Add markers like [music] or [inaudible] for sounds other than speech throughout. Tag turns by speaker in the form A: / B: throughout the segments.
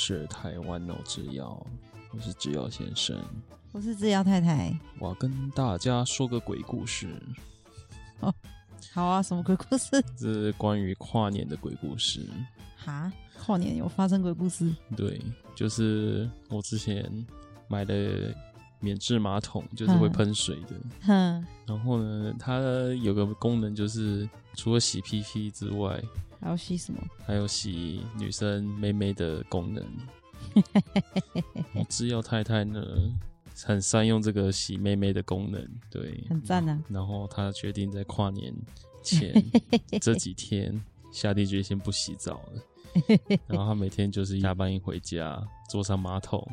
A: 是台湾脑制药，我是制药先生。
B: 我是制药太太。
A: 我要跟大家说个鬼故事，
B: 好啊，什么鬼故事？
A: 这是关于跨年的鬼故事。
B: 哈，跨年有发生鬼故事？
A: 对，就是我之前买的免治马桶，就是会
B: 嗯
A: 喷水的。
B: 哼，
A: 然后呢，它有个功能就是除了洗屁屁之外，
B: 还要吸什么？
A: 还有洗女生妹妹的功能。我制药太太呢，很善用这个洗妹妹的功能，对，
B: 很赞啊！
A: 然后她决定在跨年前这几天下定决心不洗澡了，然后她每天就是下班一回家，坐上马桶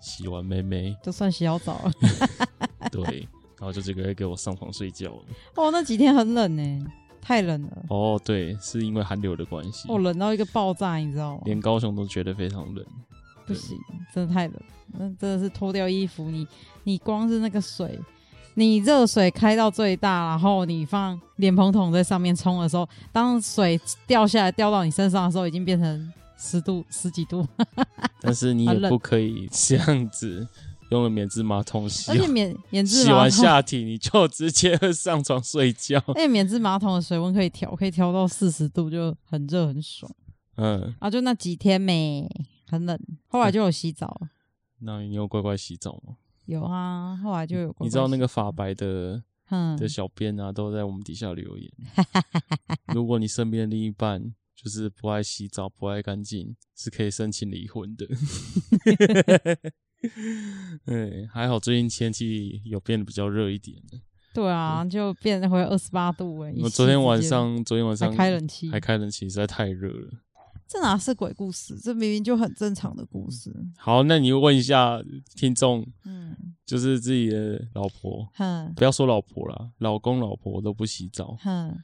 A: 洗完妹妹，
B: 就算洗好澡了。
A: 对，然后就这个月给我上床睡觉了。
B: [laughs] 哦，那几天很冷呢、太冷了，
A: 哦，对，是因为寒流的关系，
B: 哦，冷到一个爆炸，你知道吗？
A: 连高雄都觉得非常冷。
B: 不行，真的太冷，那真的是脱掉衣服，你你光是那个水，你热水开到最大，然后你放脸盆桶在上面冲的时候，当水掉下来掉到你身上的时候，已经变成十度十几度，
A: 但是你
B: 很
A: 也
B: 啊冷
A: 不可以 [laughs] 这样子用了免治马桶洗
B: 而，且免免治
A: 洗
B: 马
A: 完
B: 桶，
A: 下体你就直接 [laughs] 上床睡觉。
B: 而且免治马桶的水温可以调，可以调到四十度，就很热很爽。
A: 嗯，
B: 啊，就那几天没很冷，后来就有洗澡，
A: 那你有乖乖洗澡吗？
B: 有啊，后来就有乖
A: 你知道
B: 乖
A: 那
B: 洗
A: 个法白的
B: 嗯
A: 的小编啊，都在我们底下留
B: [laughs]
A: 言。如果你身边的另一半就是不爱洗澡、不爱干净，是可以申请离婚的。 [laughs] 对，还好最近天气有变得比较热一点。
B: 对啊，就变回二十八度哎、欸。
A: 我昨
B: 一夕
A: 天
B: 之
A: 晚
B: 间
A: 上，昨天晚
B: 还
A: 上
B: 开冷气
A: 还，开冷气，实在太热了。
B: 这哪是鬼故事？这明明就很正常的故事。
A: 好，那你问一下听众，
B: 嗯
A: 就是自己的老婆，
B: 哼
A: 不要说老婆啦，老公老婆都不洗
B: [laughs]
A: 澡，
B: 哼，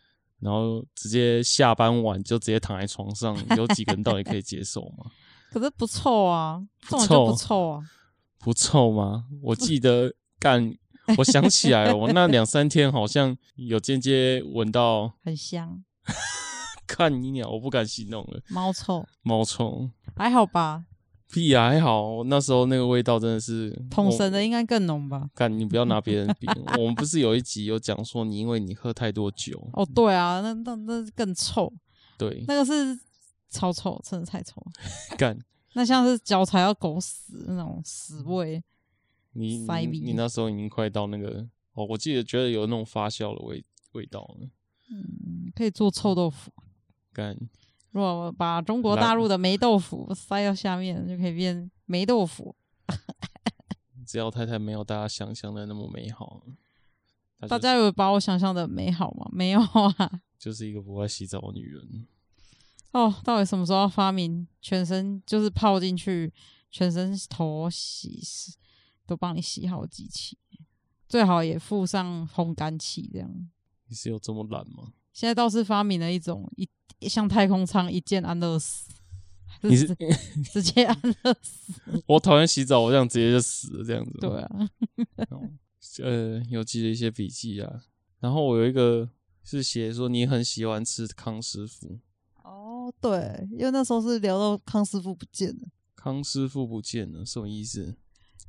A: 然后直接下班晚就直接躺在床上，有几个人到底可以接受吗？ [laughs]
B: 可是不臭啊，这种就不
A: 臭
B: 臭啊。
A: 不臭吗？我记得干，我想起来了，我那两三天好像有间接闻到，
B: 很香，
A: 看你鸟，我不敢形容了，
B: 猫臭
A: 猫虫。
B: 还好吧？
A: 屁啊，还好，那时候那个味道真的是
B: 桶
A: 我
B: 神的应该更浓吧？
A: 干，你不要拿别人比。我们不是有一集有讲说，你因为你喝太多酒，
B: 哦，对啊，那那那更臭，
A: 对，
B: 那个是超臭，真的太臭了。
A: 干
B: 那像是脚踩到狗屎那种屎味，
A: 你你
B: 塞
A: 你
B: 鼻
A: 那时候已经快到那个哦，我记得觉得有那种发酵的味味道了。
B: 嗯，可以做臭豆腐。
A: 干，
B: 如果我把中国
A: 那
B: 大陆的霉豆腐塞到下面，就可以变霉豆腐。
A: 只要太太没有大家想象的那么美好，她
B: 大
A: 就
B: 家有把我想象的美好吗？没有啊。 [laughs]
A: 就是一个不爱洗澡的女人。
B: 哦，到底什么时候要发明全身就是泡进去，全身头洗都帮你洗好的机器？最好也附上烘干器这样。
A: 你是有这么懒吗？ [laughs]
B: 现在倒是发明了一种一像太空舱一键安乐死，
A: 你是
B: 直直接安乐
A: [laughs]
B: 死？
A: 我讨厌洗澡，我想直接就死了这样子。
B: 对啊，
A: 呃，有记了一些笔记啊。然后我有一个是写说你很喜欢吃康师傅，
B: 哦对，因为那时候是聊到康师傅不见了，
A: 康师傅不见了，什么意思？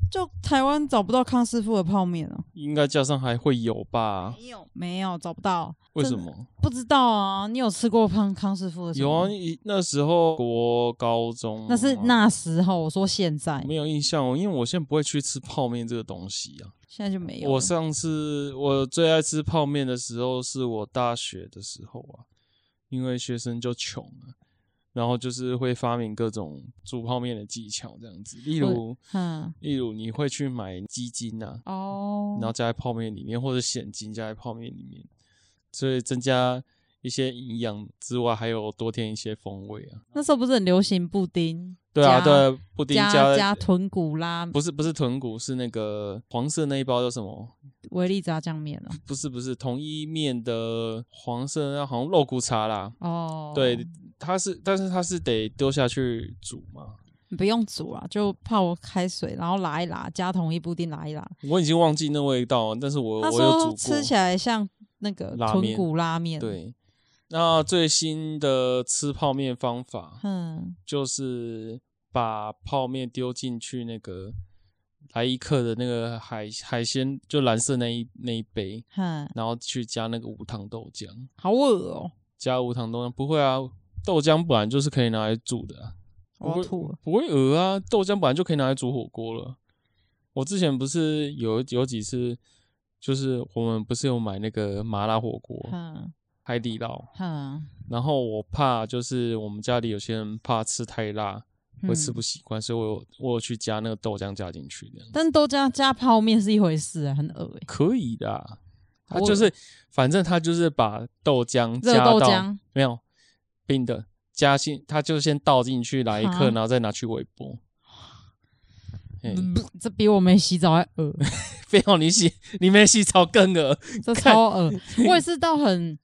B: 就台湾找不到康师傅的泡面了、
A: 应该加上还会有吧？
B: 没有没有找不到，
A: 为什
B: 真的
A: 么？
B: 不知道啊，你有吃过康康师傅的？
A: 有啊，，一那时候国高中
B: 那是
A: 嘛
B: 那时候，我说现在，
A: 没有印象哦，因为我现在不会去吃泡面这个东西啊。
B: 现在就没有了。
A: 我上次我最爱吃泡面的时候是我大学的时候啊，因为学生就穷啊，然后就是会发明各种煮泡面的技巧这样子，例如
B: 嗯
A: 例如你会去买鸡精啊，
B: 哦
A: 然，后加在泡面里面，或者鲜精加在泡面里面，所以增加一些营养之外，还有多添一些风味啊。
B: 那时候不是很流行布丁？
A: 对啊，
B: 加
A: 对啊，布丁
B: 加
A: 加
B: 加豚骨啦，
A: 不是不是豚骨，是那个黄色那一包叫什么？
B: 维力炸酱面哦。
A: 不是不是同一面的黄色，那好像肉骨茶啦。
B: 哦，
A: 对，，它是，但是它是得丢下去煮嘛。
B: 不用煮啊，就泡开水，然后拉一拉，加同一布丁拉一拉。
A: 我已经忘记那味道了，但是我
B: 他
A: 我有煮
B: 说
A: 过。
B: 吃起来像那个
A: 拉
B: 豚
A: 面
B: 骨拉面。，
A: 对，那最新的吃泡面方法
B: 嗯，
A: 就是把泡面丢进去那个来一克的那个海海鲜，就蓝色那一那一杯，
B: 哼，
A: 然后去加那个无糖豆浆，
B: 好恶哦、
A: 加无糖豆浆不会啊，豆浆本来就是可以拿来煮的、啊，
B: 我要吐了。
A: 不会鹅啊，豆浆本来就可以拿来煮火锅了。我之前不是有有几次，就是我们不是有买那个麻辣火锅
B: 哼
A: 海底捞，
B: 哼，
A: 然后我怕就是我们家里有些人怕吃太辣会吃
B: 嗯
A: 不习惯，所以我有我有去加那个豆浆加进去，这样
B: 但豆浆加泡面是一回事啊，很恶欸
A: 可以的啊。他
B: 我
A: 就是反正他就是把豆浆
B: 热
A: 加
B: 豆
A: 到
B: 浆
A: 没有冰的加进，他就先倒进去来一
B: 哈
A: 克，然后再拿去微波。嘿
B: 不这比我没洗澡还
A: [laughs]
B: 恶，
A: 非要你洗，你没洗澡更恶。
B: 这超
A: [laughs]
B: 恶。我也是到很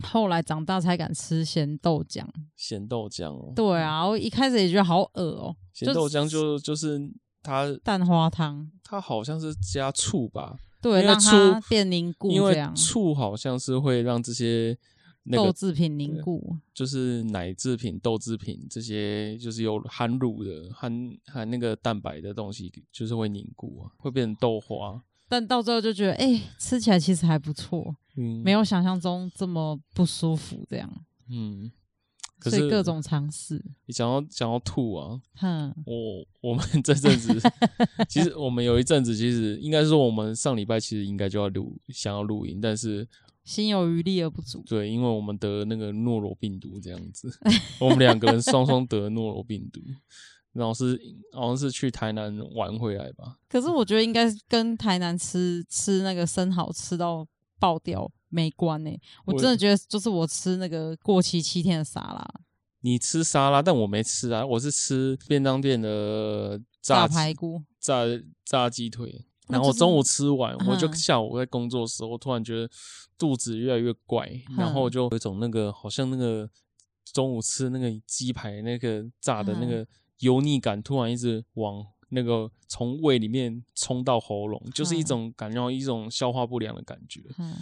B: 后来长大才敢吃咸豆浆。
A: 咸豆浆哦，
B: 对啊，我一开始也觉得好恶哦、
A: 咸豆浆就就是它
B: 蛋花汤，
A: 它好像是加醋吧，
B: 对，
A: 因为
B: 让它
A: 醋
B: 变凝固
A: 因
B: 这
A: 为
B: 样，
A: 醋好像是会让这些那
B: 豆
A: 个
B: 制品凝固。
A: 就是奶制品、豆制品这些就是有含乳的、含含那个蛋白的东西，就是会凝固啊，会变成豆花。
B: 但到最后就觉得，哎、吃起来其实还不错，
A: 嗯，
B: 没有想象中这么不舒服这样。
A: 嗯，可
B: 所以
A: 是
B: 各种尝试，
A: 你想要想要吐啊，
B: 哼，
A: 我我们这阵子，其实我们有一阵子，其实应该是说我们上礼拜其实应该就要录，想要录音，但是
B: 心有余力而不足。
A: 对，因为我们得那个诺罗病毒这样子，我们两个人双双得诺罗病毒，然后是好像是去台南玩回来吧，
B: 可是我觉得应该跟台南吃吃那个生蚝吃到爆掉没关呢、我
A: 我
B: 真的觉得就是我吃那个过期七天的沙拉，
A: 你吃沙拉，但我没吃啊，我是吃便当店的炸
B: 炸
A: 鸡
B: 排骨，
A: 炸炸鸡腿，
B: 那
A: 然后
B: 就是
A: 中午吃完，我就
B: 嗯
A: 下午在工作的时候，突然觉得肚子越来越怪，然后
B: 嗯
A: 就有一种那个好像那个中午吃那个鸡排那个炸的那
B: 嗯
A: 个油腻感，突然一直往那个从胃里面冲到喉咙，就是一
B: 嗯
A: 种感觉到一种消化不良的感觉。
B: 哼，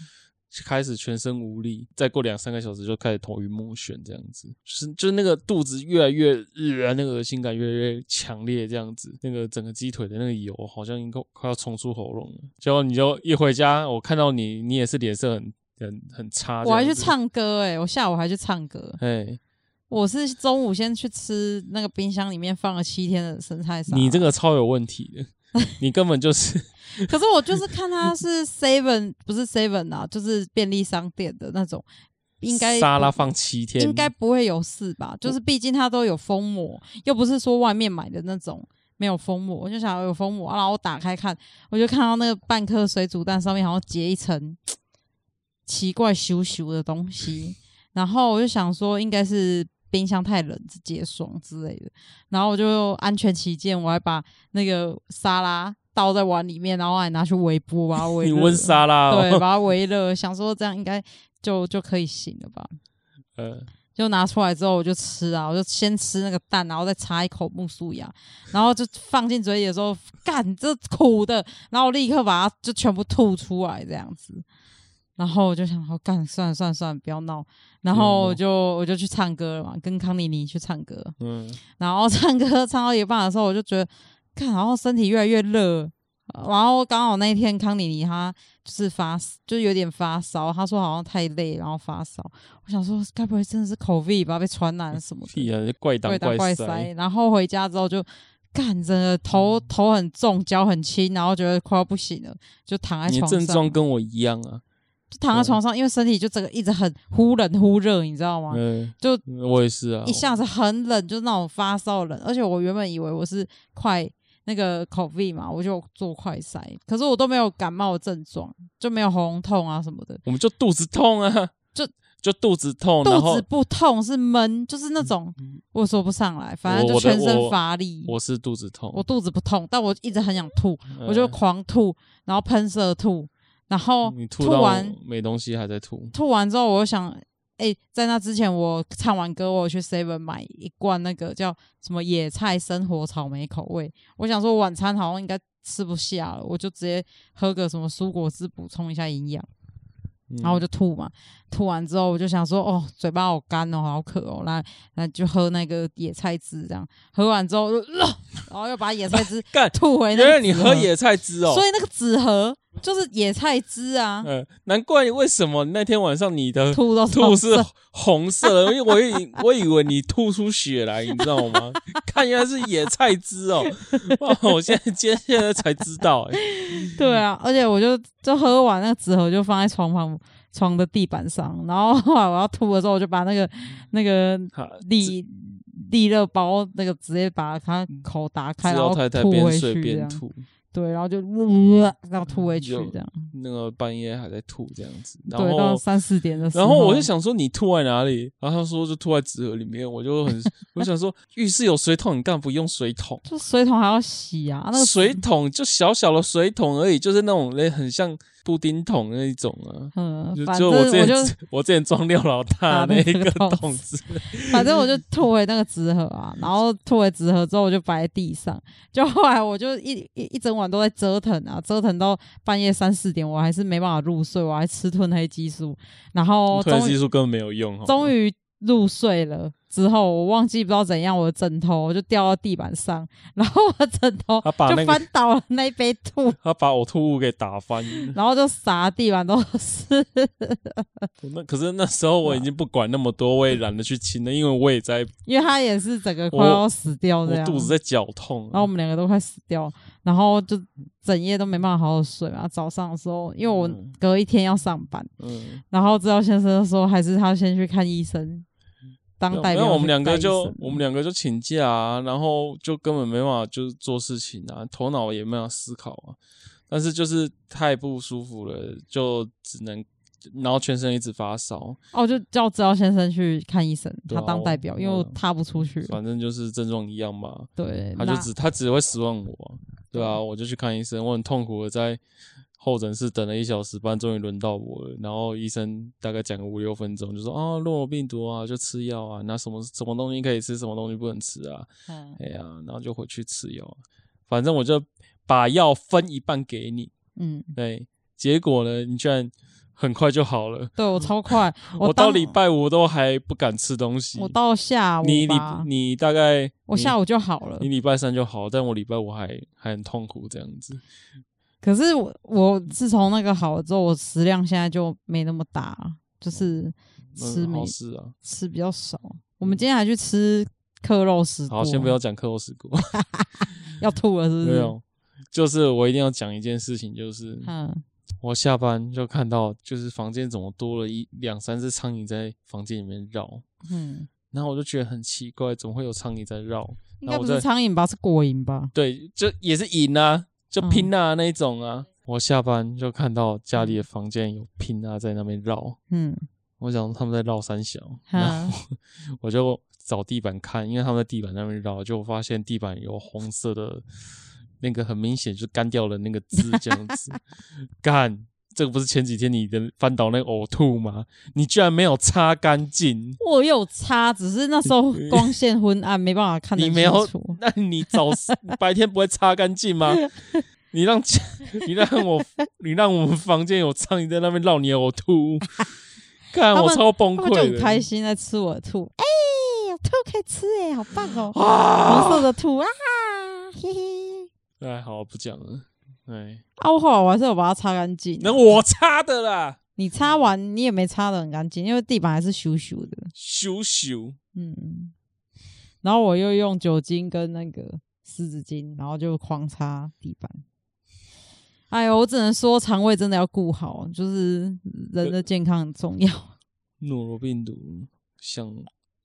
A: 开始全身无力，再过两三个小时就开始头晕目眩，这样子，就是就是那个肚子越来越热、啊那个恶心感越来越强烈，这样子，那个整个鸡腿的那个油好像应该快要冲出喉咙了。结果你就一回家，我看到你，你也是脸色很很很差，
B: 我
A: 这
B: 还去
A: 样子，
B: 唱歌哎、我下午还去唱歌。
A: 哎，
B: 我是中午先去吃那个冰箱里面放了七天的生菜沙拉，
A: 你这个超有问题
B: [laughs]
A: 的，你根本就是
B: 可是我就是看它是 seven 不是 seven 啊，就是便利商店的那种，应该
A: 沙拉
B: 不
A: 放七天，
B: 应该不会有事吧？就是毕竟它都有封膜，又不是说外面买的那种没有封膜。我就想有封膜，啊然后我打开看，我就看到那个半颗水煮蛋上面好像结一层奇怪咻咻的东西，然后我就想说应该是。冰箱太冷，结霜之类的。然后我就安全起见，我还把那个沙拉倒在碗里面，然后还拿去微波，把它微
A: 你
B: 热
A: 温沙拉、
B: 对，把
A: 哦，
B: 它微热，想说这样应该就就可以行了吧。
A: 呃，
B: 就拿出来之后我就吃啊，我就先吃那个蛋，然后再插一口木薯芽，然后就放进嘴里的时候，干这苦的，然后我立刻把它就全部吐出来这样子。然后我就想说，干算了算了算了，不要闹。然后我就我就去唱歌了嘛，跟康妮妮去唱歌。
A: 嗯，
B: 然后唱歌唱到一半的时候，我就觉得，看，然后身体越来越热。呃然后刚好那一天康妮妮她就是发，就是有点发烧，她说好像太累，然后发烧。我想说，该不会真的是 COVID 吧，被传染什么
A: 屁
B: 的？
A: 啊，怪挡
B: 对，打怪
A: 塞，嗯
B: 塞。然后回家之后就干着头头很重，脚很轻，然后觉得快要不行了，就躺在
A: 你的
B: 床
A: 症状
B: 上，
A: 跟我一样啊，
B: 就躺在
A: 嗯
B: 床上，因为身体就整个一直很忽冷忽热，你知道吗？
A: 嗯，
B: 就
A: 我也是啊，
B: 一下子很冷，就是那种发烧冷。而且我原本以为我是快那个 COVID 嘛，我就做快筛，可是我都没有感冒的症状，就没有喉咙痛啊什么的，
A: 我们就肚子痛啊，
B: 就
A: [laughs] 就肚子痛，哦然
B: 肚
A: 后
B: 子不痛是闷，就是那种我说不上来，反正
A: 我
B: 就
A: 我的
B: 全身
A: 我
B: 乏力。
A: 我是肚子痛，
B: 我肚子不痛，但我一直很想吐，
A: 呃
B: 我就狂吐，然后喷射吐，然后
A: 你
B: 吐
A: 吐到
B: 完
A: 没东西还在吐，
B: 吐完之后，我就想，哎、在那之前我唱完歌，我有去 Seven 买一罐那个叫什么野菜生活草莓口味。我想说晚餐好像应该吃不下了，我就直接喝个什么蔬果汁补充一下营养。然后我
A: 就
B: 就吐嘛，吐完之后我就想说，哦，嘴巴好干哦，好渴哦，那那就喝那个野菜汁，这样喝完之后就， [sniffs] 呃然后又把野菜汁
A: 干
B: 吐回那
A: 原
B: 个
A: 来你
B: 纸
A: 喝
B: 盒
A: 野菜汁哦
B: 所，以那个纸盒就是野菜汁啊，
A: 嗯，难怪为什么那天晚上你的 [laughs]
B: 吐都
A: 吐
B: 红
A: 是
B: 色
A: 红色的，因为我以我以为你吐出血来，你知道吗？ [laughs] 看原来是野菜汁
B: [laughs]
A: 哦，哇！我现在今天现在才知道、欸， [laughs]
B: 对啊，而且我就就喝完那个纸盒就放在床旁床的地板上，然后后来我要吐的时候，我就把那
A: 嗯
B: 个那个
A: 哈
B: 利利乐包那个直接把它口打
A: 嗯
B: 开，
A: 知
B: 然后
A: 道太太
B: 吐
A: 边
B: 回
A: 睡
B: 去这
A: 边
B: 样，
A: 吐，
B: 对，然后就、呃、然后吐回去
A: 有
B: 这样，
A: 那个半夜还在吐这样子，然
B: 对，到
A: 后
B: 三四点的 [laughs] 时候，
A: 然后我就想说你吐在哪里？然后他说就吐在纸盒里面，我就
B: [laughs]
A: 很我想说浴室有水桶，你干嘛不用水桶？
B: 就水桶还要洗啊，那个
A: 水桶就小小的水桶而已，就是那种类很像布丁桶那一种啊。
B: 嗯
A: 就，
B: 反
A: 就
B: 正
A: 我之
B: 我
A: 前
B: 就
A: [laughs] 我之前装廖老大
B: [laughs] 打
A: 那
B: 的
A: 一
B: 那
A: 个
B: 个
A: 桶
B: 桶
A: 子，
B: [laughs]
A: [laughs]
B: 反正我就吐回那个纸盒
A: 嗯
B: 啊，然后吐回纸盒之后我就摆在地上，就后来我就一一一整晚都在折腾啊，折腾到半夜三四点，我还是没办法入睡，我还吃吞黑激素，然后
A: 突然
B: 终
A: 技
B: 于
A: 术根本没有用哦。
B: 终于入睡了。之后我忘记不知道怎样，我的枕头就掉到地板上，然后我的枕头
A: 他把那个
B: 就翻倒了那一杯吐，
A: 他把呕吐物给打翻了，
B: 然后就撒地板都是。
A: 那可是那时候我已经不管那么多，我也懒得去清了，因为我也在，
B: 因为他也是整个快要死掉这
A: 我
B: 样，
A: 肚子在绞痛
B: 哦啊然后我
A: 啊。
B: 们两个都快死掉，然后就整夜都没办法好好睡嘛。早上的时候，因为我
A: 嗯
B: 隔一天要上班，
A: 嗯，
B: 然后知道先生就说还是他先去看医生，当代
A: 嗯没
B: 表
A: 有，
B: 去
A: 我们两
B: 带
A: 个
B: 医
A: 就
B: 生
A: 我们两个就请假啊，然后就根本没办法就是做事情啊，头脑也没办法思考啊。但是就是太不舒服了，就只能，然后全身一直发烧，
B: 哦，我就叫知道先生去看医生，
A: 对啊
B: 他当代表，
A: 我
B: 因为我
A: 嗯
B: 踏不出去了。
A: 反正就是症状一样嘛。
B: 对，
A: 他就
B: 那
A: 只他只会死问我，对啊，
B: 嗯
A: 我就去看医生，我很痛苦的在候诊室等了一小时半，终于轮到我了。然后医生大概讲个五六分钟，就说哦，诺如病毒啊，就吃药啊，那什么什么东西可以吃，什么东西不能吃啊，
B: 嗯
A: 哎呀、然后就回去吃药啊。反正我就把药分一半给你，
B: 嗯，
A: 对，结果呢，你居然很快就好了。
B: 对我超快，
A: [laughs] 我
B: 当
A: 到礼，拜五都还不敢吃东西。
B: 我到下午
A: 你你
B: 吧，
A: 你大概
B: 我
A: 你
B: 下午就好了
A: 你。礼拜三就好，但我礼拜五还还很痛苦这样子。
B: 可是我我自从那个好了之后，我食量现在就没那么大，就是吃
A: 嗯，
B: 没
A: 好事啊。
B: 吃比较少。我们今天还去吃啊克肉食锅，
A: 好，先不要讲克罗斯果，
B: 要吐了，是不
A: 没
B: 是？
A: 有，就是我一定要讲一件事情，就是
B: 嗯，
A: 我下班就看到，就是房间怎么多了一两三只苍蝇在房间里面绕，
B: 嗯，
A: 然后我就觉得很奇怪，怎么会有苍蝇在绕？
B: 应
A: 然
B: 该
A: 后
B: 不
A: 我
B: 是
A: 在
B: 苍蝇吧，是果蝇吧？
A: 对，就也是赢啊，就
B: 嗯
A: 拼啊那一种啊。我下班就看到家里的房间有拼啊在那边绕， [laughs]
B: 嗯，
A: 我想他们在绕三小，然
B: 哈
A: 后我 [laughs] 就找地板看，因为他们在地板那边绕，就发现地板有红色的那个很明显就是干掉了那个字这样
B: [laughs]
A: 子。干，这个不是前几天你的翻倒那个呕吐吗？你居然没有擦干净，
B: 我有擦，只是那时候光线昏暗，没办法看得
A: 你没有
B: 清楚。
A: 那你早你白天不会擦干净吗？你让你让我你让我们房间有苍蝇在那边绕你呕吐，看
B: 他
A: 我
B: 们
A: 超崩
B: 他们就
A: 溃
B: 很
A: 的。
B: 开心在吃我的兔，哎、有兔可以吃哎、好棒哦、
A: 啊
B: 红色的兔啊，嘿嘿。
A: 哎，好，不讲了。哎，
B: 啊，我后来我还是有把它擦干净。啊
A: 那我擦的啦，
B: 你擦完，你也没擦的很干净，因为地板还是咻咻的。
A: 羞羞。
B: 嗯，然后我又用酒精跟那个湿纸巾，然后就狂擦地板。哎呦，我只能说肠胃真的要顾好，哦就是人的健康很重要。
A: 诺罗病毒，像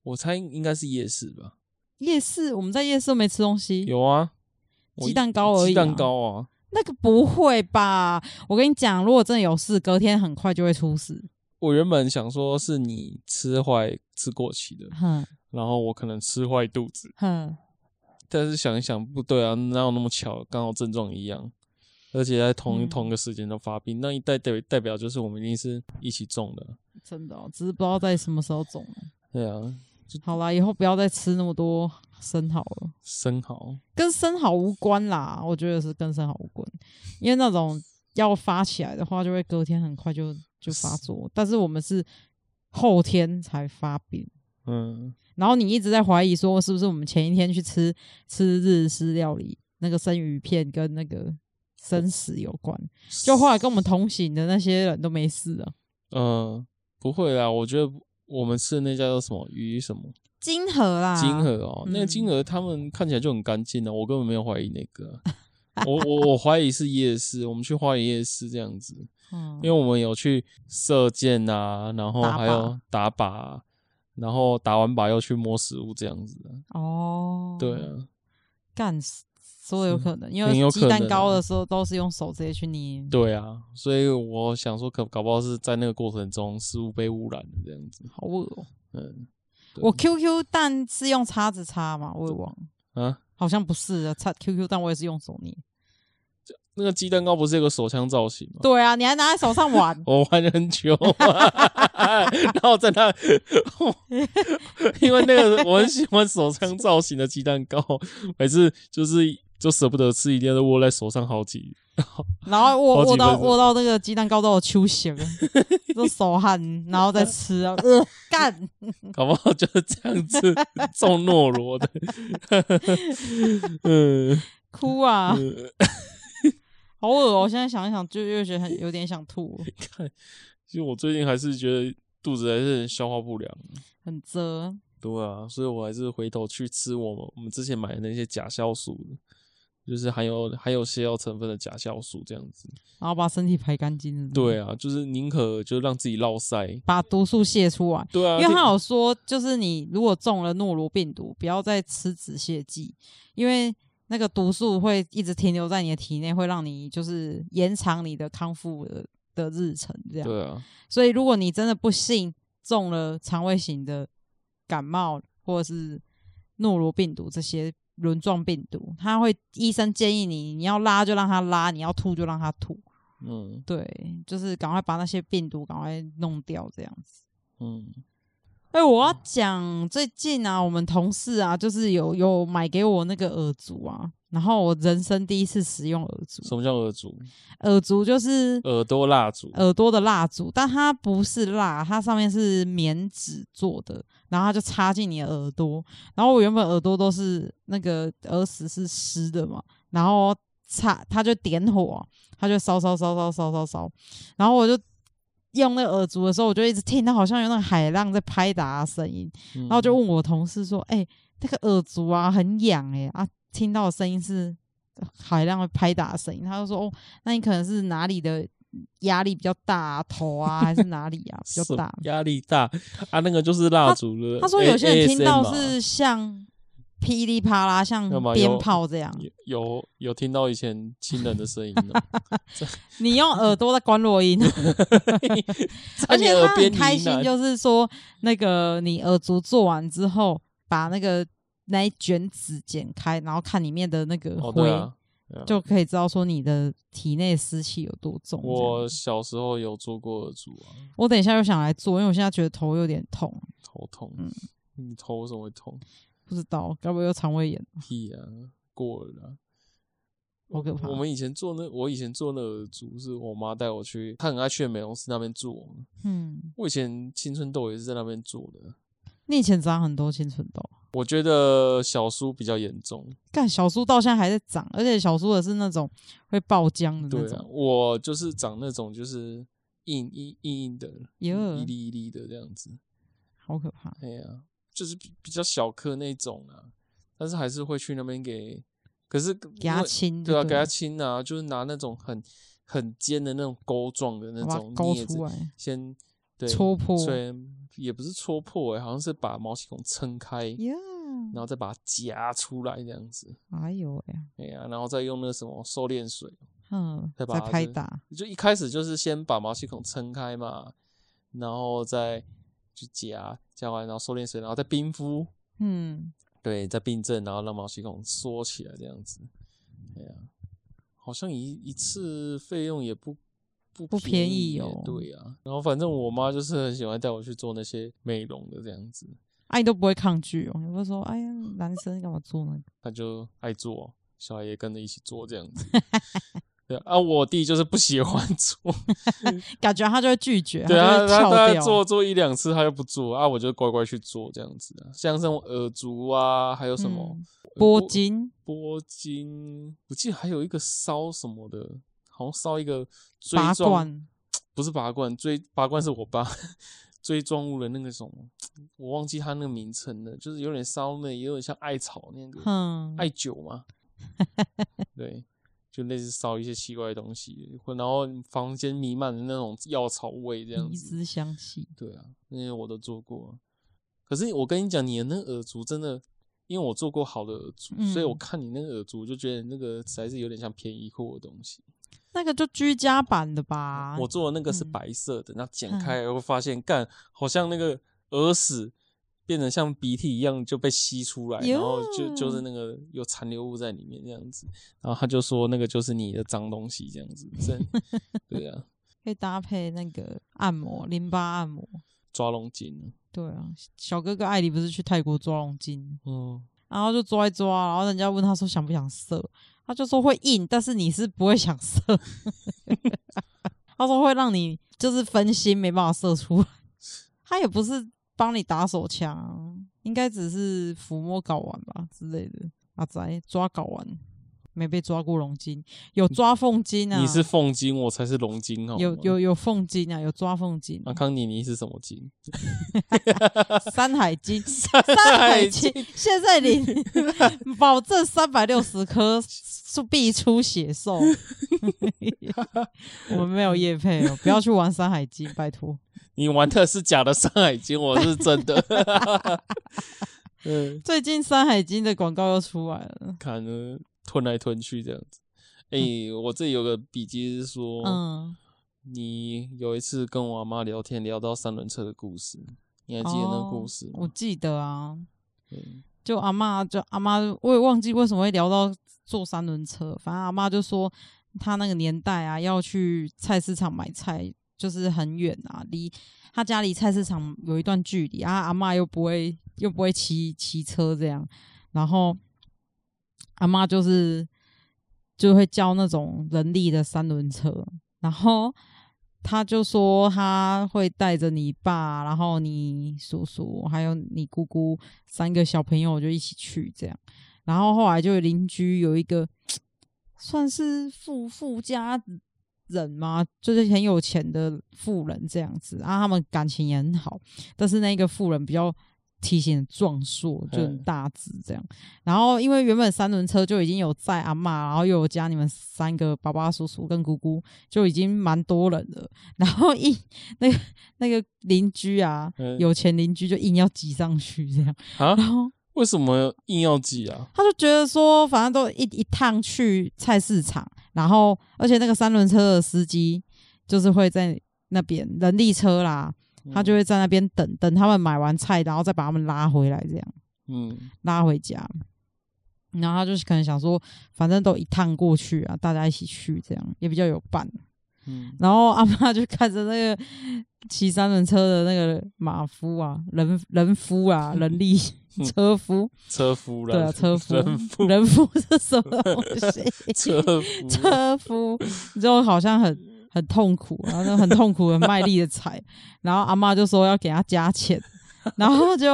A: 我猜应该是夜市吧？
B: 夜市我们在夜市都没吃东西，
A: 有啊，我
B: 鸡蛋糕而已啊
A: 鸡蛋糕啊，
B: 那个不会吧？我跟你讲，如果真的有事，隔天很快就会出事。
A: 我原本想说是你吃坏吃过期的，
B: 哼
A: 然后我可能吃坏肚子，
B: 哼，
A: 但是想一想不对啊，哪有那么巧，刚好症状一样，而且在同一、
B: 嗯
A: 同一个时间都发病，那一代代代表就是我们一定是一起中的，啊
B: 真的、哦，只是不知道在什么时候种啊。
A: 对啊，
B: 好啦，以后不要再吃那么多生蚝了。
A: 生蚝
B: 跟生蚝无关啦，我觉得是跟生蚝无关，因为那种要发起来的话，就会隔天很快就就发作。但是我们是后天才发病，
A: 嗯，
B: 然后你一直在怀疑说是不是我们前一天去吃吃日式料理那个生鱼片跟那个生死有关，就后来跟我们同行的那些人都没事啊。
A: 呃，不会啦，我觉得我们吃的那家叫什么鱼什么
B: 金河啦，
A: 金河哦，那个
B: 嗯
A: 金河他们看起来就很干净的，啊我根本没有怀疑那个啊、
B: [laughs]
A: 我我我怀疑是夜市，我们去花园夜市这样子，
B: 嗯，
A: 因为我们有去射箭啊，然后
B: 打靶
A: 还有打靶啊，然后打完靶又去摸食物这样子啊、
B: 哦，
A: 对，啊，
B: 干说有可能，因
A: 很有
B: 为
A: 可
B: 鸡
A: 能
B: 蛋糕
A: 啊
B: 的时候都是用手直接去捏，
A: 对啊，所以我想说可搞不好是在那个过程中食物被污染了这样子，
B: 好恶哦、
A: 嗯，对
B: 我 QQ 蛋是用叉子叉嘛？我也忘了，
A: 啊，
B: 好像不是啊。叉 QQ 蛋我也是用手捏。
A: 那个鸡蛋糕不是有个手枪造型吗？，
B: 对啊，你还拿在手上玩
A: 我玩了很久，啊 [laughs] 然后在那，因为那个我很喜欢手枪造型的鸡蛋糕，每次就是就舍不得吃，一定要握在手上好几。
B: 然后
A: 好
B: 握
A: 几
B: 握到
A: 分钟
B: 握到那个鸡蛋糕都有出血了，都手汗，然后再吃啊，呃，干，
A: 搞不好就是这样
B: [laughs]
A: 子中诺罗的。嗯，
B: 哭啊，
A: 呃
B: 好恶哦、现在想一想，就又觉得很有点想吐，
A: 其实我最近还是觉得肚子还是消化不良。
B: 很遮。
A: 对啊，所以我还是回头去吃我们我们之前买的那些假酵素的，就是含有含有泻药成分的假酵素这样子。
B: 然后把身体排干净，是不是，
A: 对啊，就是宁可就让自己落塞。
B: 把毒素泄出来。
A: 对啊，
B: 因为他
A: 好
B: 有说，就是你如果中了诺如病毒，不要再吃止泻剂，因为那个毒素会一直停留在你的体内，会让你就是延长你的康复的的日程。这样，
A: 对啊，
B: 所以如果你真的不幸中了肠胃型的感冒或者是诺如病毒这些轮状病毒，他会医生建议你，你要拉就让他拉，你要吐就让他吐，
A: 嗯
B: 对，就是赶快把那些病毒赶快弄掉，这样子。
A: 嗯
B: 哎、我要讲最近啊，我们同事啊，就是有有买给我那个耳烛啊，然后我人生第一次使用耳烛。
A: 什么叫耳烛？
B: 耳烛就是
A: 耳朵蜡烛。
B: 耳朵的蜡烛，但它不是蜡，它上面是棉纸做的，然后它就插进你的耳朵。然后我原本耳朵都是那个耳屎是湿的嘛，然后插它就点火，它就烧烧烧烧烧烧烧，然后我就。用那个耳烛的时候，我就一直听到好像有那个海浪在拍打的声音，
A: 嗯
B: 然后就问我同事说：“哎、那个耳烛啊，很痒哎、啊，听到的声音是海浪会拍打的声音。”他就说：“哦，那你可能是哪里的压力比较大、啊，头啊还是哪里啊比
A: 什
B: 较
A: 么
B: 大
A: 压力大啊，那个就是蜡烛了。”
B: 他说：“有些
A: A-
B: 人听到
A: ASMR
B: 是像噼里啪啦，像
A: 干嘛有
B: 鞭炮这样。
A: 有有有听到以前亲人的声音
B: [laughs]
A: 哦，
B: 你用耳朵在关落
A: [laughs]
B: 音，
A: 在啊
B: 而
A: 你
B: 且
A: 耳
B: 他很
A: 边啊
B: 开
A: 呢
B: 心，
A: 喃
B: 就是说那个你耳烛做完之后，把那个那一卷纸剪开，然后看里面的那个
A: 哦，
B: 灰。
A: 对啊，对啊
B: 就可以知道说你的体内湿气有多重。这
A: 我
B: 样
A: 小时候有做过耳烛啊，
B: 我等一下就想来做，因为我现在觉得头有点痛，
A: 头痛
B: 嗯。
A: 你头为什么会痛？
B: 不知道该不会有肠胃炎，
A: 屁啊，过了啦。
B: 好可怕
A: 我。们以前做那，我以前做那耳烛，是我妈带我去，她很爱去美容师那边做。
B: 嗯，
A: 我以前青春痘也是在那边做的。
B: 你以前长很多青春痘，
A: 我觉得小叔比较严重，
B: 干小叔到现在还在长，而且小叔的是那种会爆浆的
A: 对
B: 那
A: 啊，
B: 种。
A: 我就是长那种就是硬硬硬硬的，
B: 哟
A: 一粒一粒的这样子。
B: 好可怕！
A: 哎呀、就是比比较小颗那种啊，但是还是会去那边给，可是
B: 给
A: 因
B: 他
A: 为
B: 亲就
A: 对啊，
B: 对
A: 给
B: 了
A: 他亲啊，就是拿那种很很尖的那种钩状的那
B: 好吧
A: 种
B: 勾
A: 镊子
B: 出，来，
A: 先对
B: 戳破
A: 对，也不是戳破、欸，好像是把毛细孔撑开，
B: 呀，
A: 然后再把它夹出来这样子。
B: 哎呦哎呀，
A: 哎呀、然后再用那个什么收敛水，
B: 嗯，
A: 再把
B: 再
A: 它
B: 拍
A: 的
B: 打，
A: 就一开始就是先把毛细孔撑开嘛，然后再去夹，夹完然后收敛水，然后再冰敷，
B: 嗯，
A: 对，在病症，然后让毛细孔缩起来这样子。对啊，好像一一次费用也不不
B: 不
A: 便
B: 便宜
A: 耶
B: 哦
A: 对啊，然后反正我妈就是很喜欢带我去做那些美容的这样子，
B: 哎，你都不会抗拒哦，你会说，哎呀，男生干嘛做那个？ [laughs] [laughs]
A: 她就爱做，小孩也跟着一起做这样子。对啊，我弟就是不喜欢 [laughs] 做，
B: 感觉他就会拒绝，
A: 对
B: 他
A: 啊，
B: 就会
A: 他大
B: 跳
A: 概
B: 掉。
A: 做做一两次他就不做啊，我就乖乖去做这样子啊，像这种耳烛啊，还有什么呃
B: 嗯拨筋，
A: 拨筋，我记得还有一个烧什么的，好像烧一个锥
B: 拔
A: 状
B: 罐，
A: 不是拔罐，追拔罐是我爸 [laughs] 追庄务的那个什么，我忘记他那个名称了，就是有点烧那，也有点像艾草那个、
B: 哼，
A: 艾灸
B: [laughs]
A: 嘛，对，就类似烧一些奇怪的东西，或然后房间弥漫的那种药草味这样
B: 鼻
A: 子，
B: 子香气，
A: 对啊，那些我都做过啊、可是我跟你讲，你的那个耳烛真的，因为我做过好的耳烛，所以我
B: 嗯
A: 看你那个耳烛，我就觉得那个实在是有点像便宜货的东西。
B: 那个就居家版的吧？
A: 我做的那个是
B: 嗯
A: 白色的，那剪开我会发现，干好像那个耳屎变成像鼻涕一样就被吸出来，
B: 哟
A: 然后就就是那个有残留物在里面这样子。然后他就说那个就是你的脏东西这样子，
B: [laughs]
A: 真对啊，
B: 可以搭配那个按摩，淋巴按摩。
A: 抓龙筋，
B: 对啊，小哥哥艾迪不是去泰国抓龙筋，
A: 哦，
B: 然后就抓一抓，然后人家问他说想不想射，他就说会硬，但是你是不会想射， [laughs] 他说会让你就是分心，没办法射出来。他也不是帮你打手枪啊，应该只是抚摸睾丸吧之类的。阿仔抓睾丸，没被抓过龙筋，有抓凤筋啊，
A: 你是凤筋，我才是龙筋哦。
B: 有有有凤筋啊，有抓凤筋，
A: 啊，康妮妮是什么
B: [laughs]
A: 筋？
B: 山
A: [laughs]
B: 海经，
A: 山
B: 山海
A: [laughs] 海
B: 经
A: 经，
B: 现在你保证三百六十颗是必出血兽。我们没有叶配哦，不要去玩山海经，拜托。
A: 你玩的是假的山海经，我是真
B: [laughs]
A: 的。嗯，
B: 最近山海经的广告又出来了，
A: 看呢，吞来吞去这样子。哎、我这里有个笔记是说，
B: 嗯，
A: 你有一次跟我阿妈聊天，聊到三轮车的故事，你还记得那个故事
B: 哦
A: 吗？
B: 我记得啊，
A: 对
B: 就阿妈，就阿妈，我也忘记为什么会聊到坐三轮车。反正阿妈就说，她那个年代啊，要去菜市场买菜，就是很远啊，离她家离菜市场有一段距离啊。阿妈又不会又不会骑骑车这样，然后阿妈就是就会叫那种人力的三轮车，然后他就说他会带着你爸，然后你叔叔还有你姑姑三个小朋友就一起去这样。然后后来就有邻居有一个算是富富家人嘛，就是很有钱的富人这样子啊，他们感情也很好，但是那个富人比较。体型很壮硕，就很
A: 嗯
B: 大只这样。然后因为原本三轮车就已经有载阿妈，然后又有加你们三个爸爸、叔叔跟姑姑，就已经蛮多人了。然后一那个那个邻居啊，
A: 嗯
B: 有钱邻居就硬要挤上去这样，
A: 啊，
B: 然后
A: 为什么硬要记啊？
B: 他就觉得说，反正都一一趟去菜市场，然后而且那个三轮车的司机就是会在那边人力车啦，
A: 嗯
B: [laughs] 他就会在那边等等他们买完菜，然后再把他们拉回来，这样
A: 嗯
B: 拉回家。然后他就是可能想说，反正都一趟过去啊，大家一起去，这样也比较有伴。
A: 嗯，
B: 然后阿妈就看着那个 [laughs] 骑三轮车的那个马夫啊，人人夫啊，人力 [laughs] 车夫，
A: 车夫啦，
B: 对啊，车夫，
A: 人夫，
B: [laughs] 人夫是什么东
A: [laughs]
B: 西？
A: 车夫，
B: 车夫就好像很很痛苦，然后就很痛苦、很卖力的踩，然后阿妈就说要给他加钱，然后就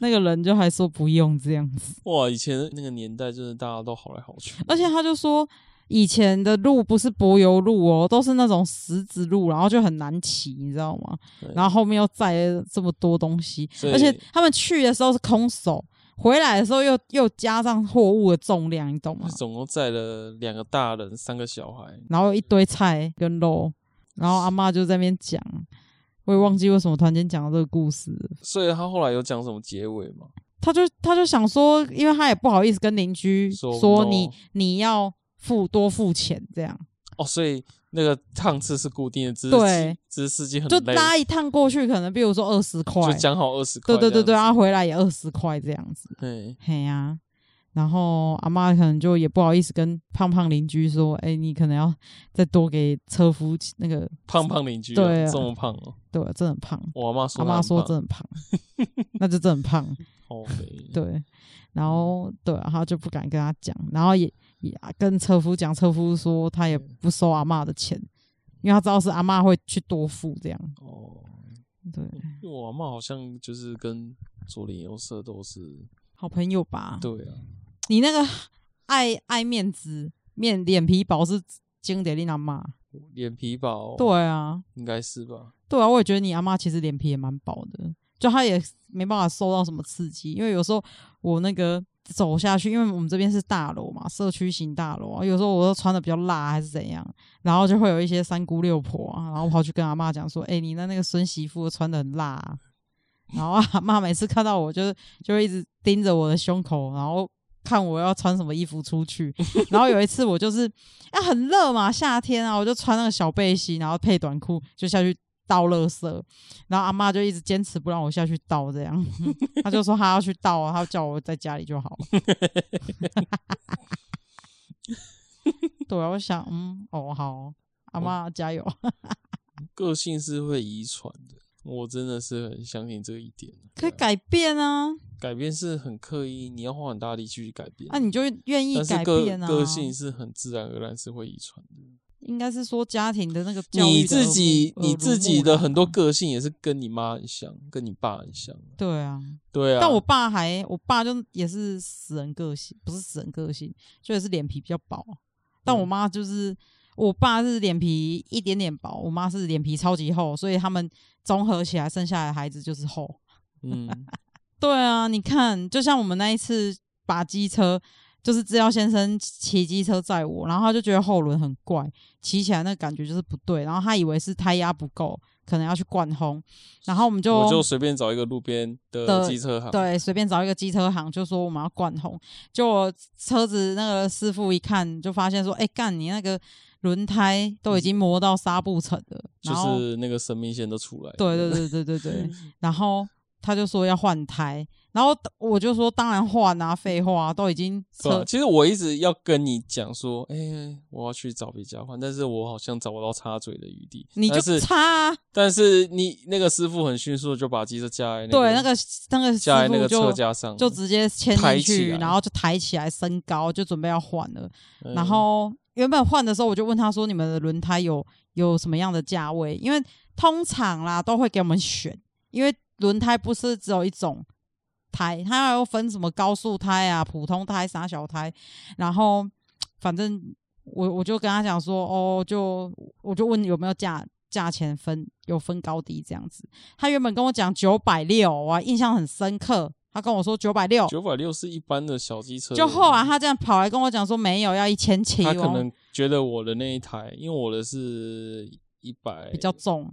B: 那个人就还说不用这样子，
A: 哇，以前那个年代真的大家都好来好去，
B: 而且他就说。以前的路不是柏油路哦，都是那种石子路，然后就很难骑，你知道吗？
A: 对
B: 然后后面又载了这么多东西，
A: 所以
B: 而且他们去的时候是空手，回来的时候又又加上货物的重量，你懂吗？
A: 总共载了两个大人，三个小孩，
B: 然后一堆菜跟肉，然后阿妈就在那边讲，我也忘记为什么突然间讲到这个故事了。
A: 所以他后来有讲什么结尾吗？
B: 他就他就想说，因为他也不好意思跟邻居
A: 说
B: 说
A: no
B: 你你要付多付钱这样，
A: 哦，所以那个趟次是固定的，只是
B: 对
A: 只是司机很
B: 就
A: 累，
B: 拉一趟过去，可能比如说二十块，
A: 就讲好二十块
B: 对
A: 这样
B: 对
A: 子，
B: 对啊对，然后回来也二十块这样子，
A: 对，
B: 嘿呀、然后阿妈可能就也不好意思跟胖胖邻居说，哎，你可能要再多给车夫那个，
A: 胖胖邻居啊，
B: 对啊
A: 这么胖哦，
B: 对，真的很胖，
A: 我阿妈说她
B: 阿妈
A: 很
B: 说
A: 胖
B: 真的很胖，那就真的 [laughs] 很胖。
A: 好肥，
B: 对，然后对啊，他就不敢跟他讲，然后也呀跟车夫讲，车夫说他也不收阿嬷的钱，因为他知道是阿嬷会去多付这样。
A: 哦，
B: 对，
A: 因为我阿妈好像就是跟左邻右舍都是，
B: 好朋友吧，
A: 对啊，
B: 你那个爱爱面子、面脸皮薄是经典你阿嬷。
A: 脸皮薄，
B: 对，啊，
A: 应该是吧？
B: 对啊，我也觉得你阿妈其实脸皮也蛮薄的，就她也没办法受到什么刺激，因为有时候我那个走下去，因为我们这边是大楼嘛，社区型大楼啊，有时候我都穿的比较辣还是怎样，然后就会有一些三姑六婆啊，然后跑去跟阿妈讲说：“哎、你的那个孙媳妇穿的很辣、啊。”然后阿妈每次看到我就是就会一直盯着我的胸口，然后。看我要穿什么衣服出去，然后有一次我就是啊很热嘛，夏天啊，我就穿那个小背心，然后配短裤就下去倒垃圾，然后阿妈就一直坚持不让我下去倒，这样， [laughs] 她就说她要去倒啊，她叫我在家里就好。 [laughs] 对啊，我想，嗯，哦，好，阿妈加油。 [laughs]
A: 啊个性是会遗传的，我真的是很相信这一点。
B: 可
A: 对
B: 以
A: 啊
B: 改变啊，
A: 改变是很刻意，你要花很大力气去改变。
B: 啊，你就愿意
A: 但是
B: 改
A: 个
B: 变啊。
A: 个性是很自然而然是会遗传的。
B: 应该是说家庭的那个教育
A: 你
B: 的
A: 自己
B: 耳濡
A: 你自己的很多
B: 耳濡目染啊
A: 个性也是跟你妈很像，跟你爸很像。
B: 对啊，
A: 对啊，
B: 但我爸还，我爸就也是死人个性，不是死人个性，就也是脸皮比较薄。但
A: 嗯
B: 我妈就是，我爸是脸皮一点点薄，我妈是脸皮超级厚，所以他们综合起来生下来的孩子就是厚。 [laughs]
A: 嗯，
B: 对啊，你看，就像我们那一次把机车，就是制药先生骑机车载我，然后他就觉得后轮很怪，骑起来那感觉就是不对，然后他以为是胎压不够，可能要去灌轰，然后我们
A: 我就随便找一个路边的
B: 的
A: 机车行，
B: 对，随便找一个机车行就说我们要灌红，就我车子那个师傅一看就发现说，哎、干你那个轮胎都已经磨到纱布层了，
A: 嗯就
B: 然后
A: 是嗯那个生命线都出来了。 [laughs]
B: 对对对对对对，然后他就说要换胎，然后我就说当然换啊，废话、都已经
A: 对啊
B: 车
A: 其实我一直要跟你讲说，哎、我要去找别家换，但是我好像找不到插嘴的余地。
B: 你就
A: 但是
B: 擦啊、
A: 但是你那个师傅很迅速地就把机车架在那
B: 对那个那个师
A: 架在那
B: 傅
A: 个车
B: 就。
A: 架上了，
B: 就直接牵
A: 抬
B: 进
A: 起
B: 去，
A: 来
B: 然后就抬起来升高，就准备要换了。
A: 嗯
B: 然后原本换的时候，我就问他说：“你们的轮胎有有什么样的价位？”因为通常啦都会给我们选，因为轮胎不是只有一种胎，它还有分什么高速胎啊、普通胎、傻小胎。然后反正我我就跟他讲说：“哦，就我就问有没有价。”价钱分有分高低这样子，他原本跟我讲九百六，我还印象很深刻。他跟我说九百六，
A: 九百六是一般的小机车，
B: 就后来他这样跑来跟我讲说没有，要一千七，哦
A: 他可
B: 我
A: 能觉得我的那一台，因为我的是一百
B: 比较重，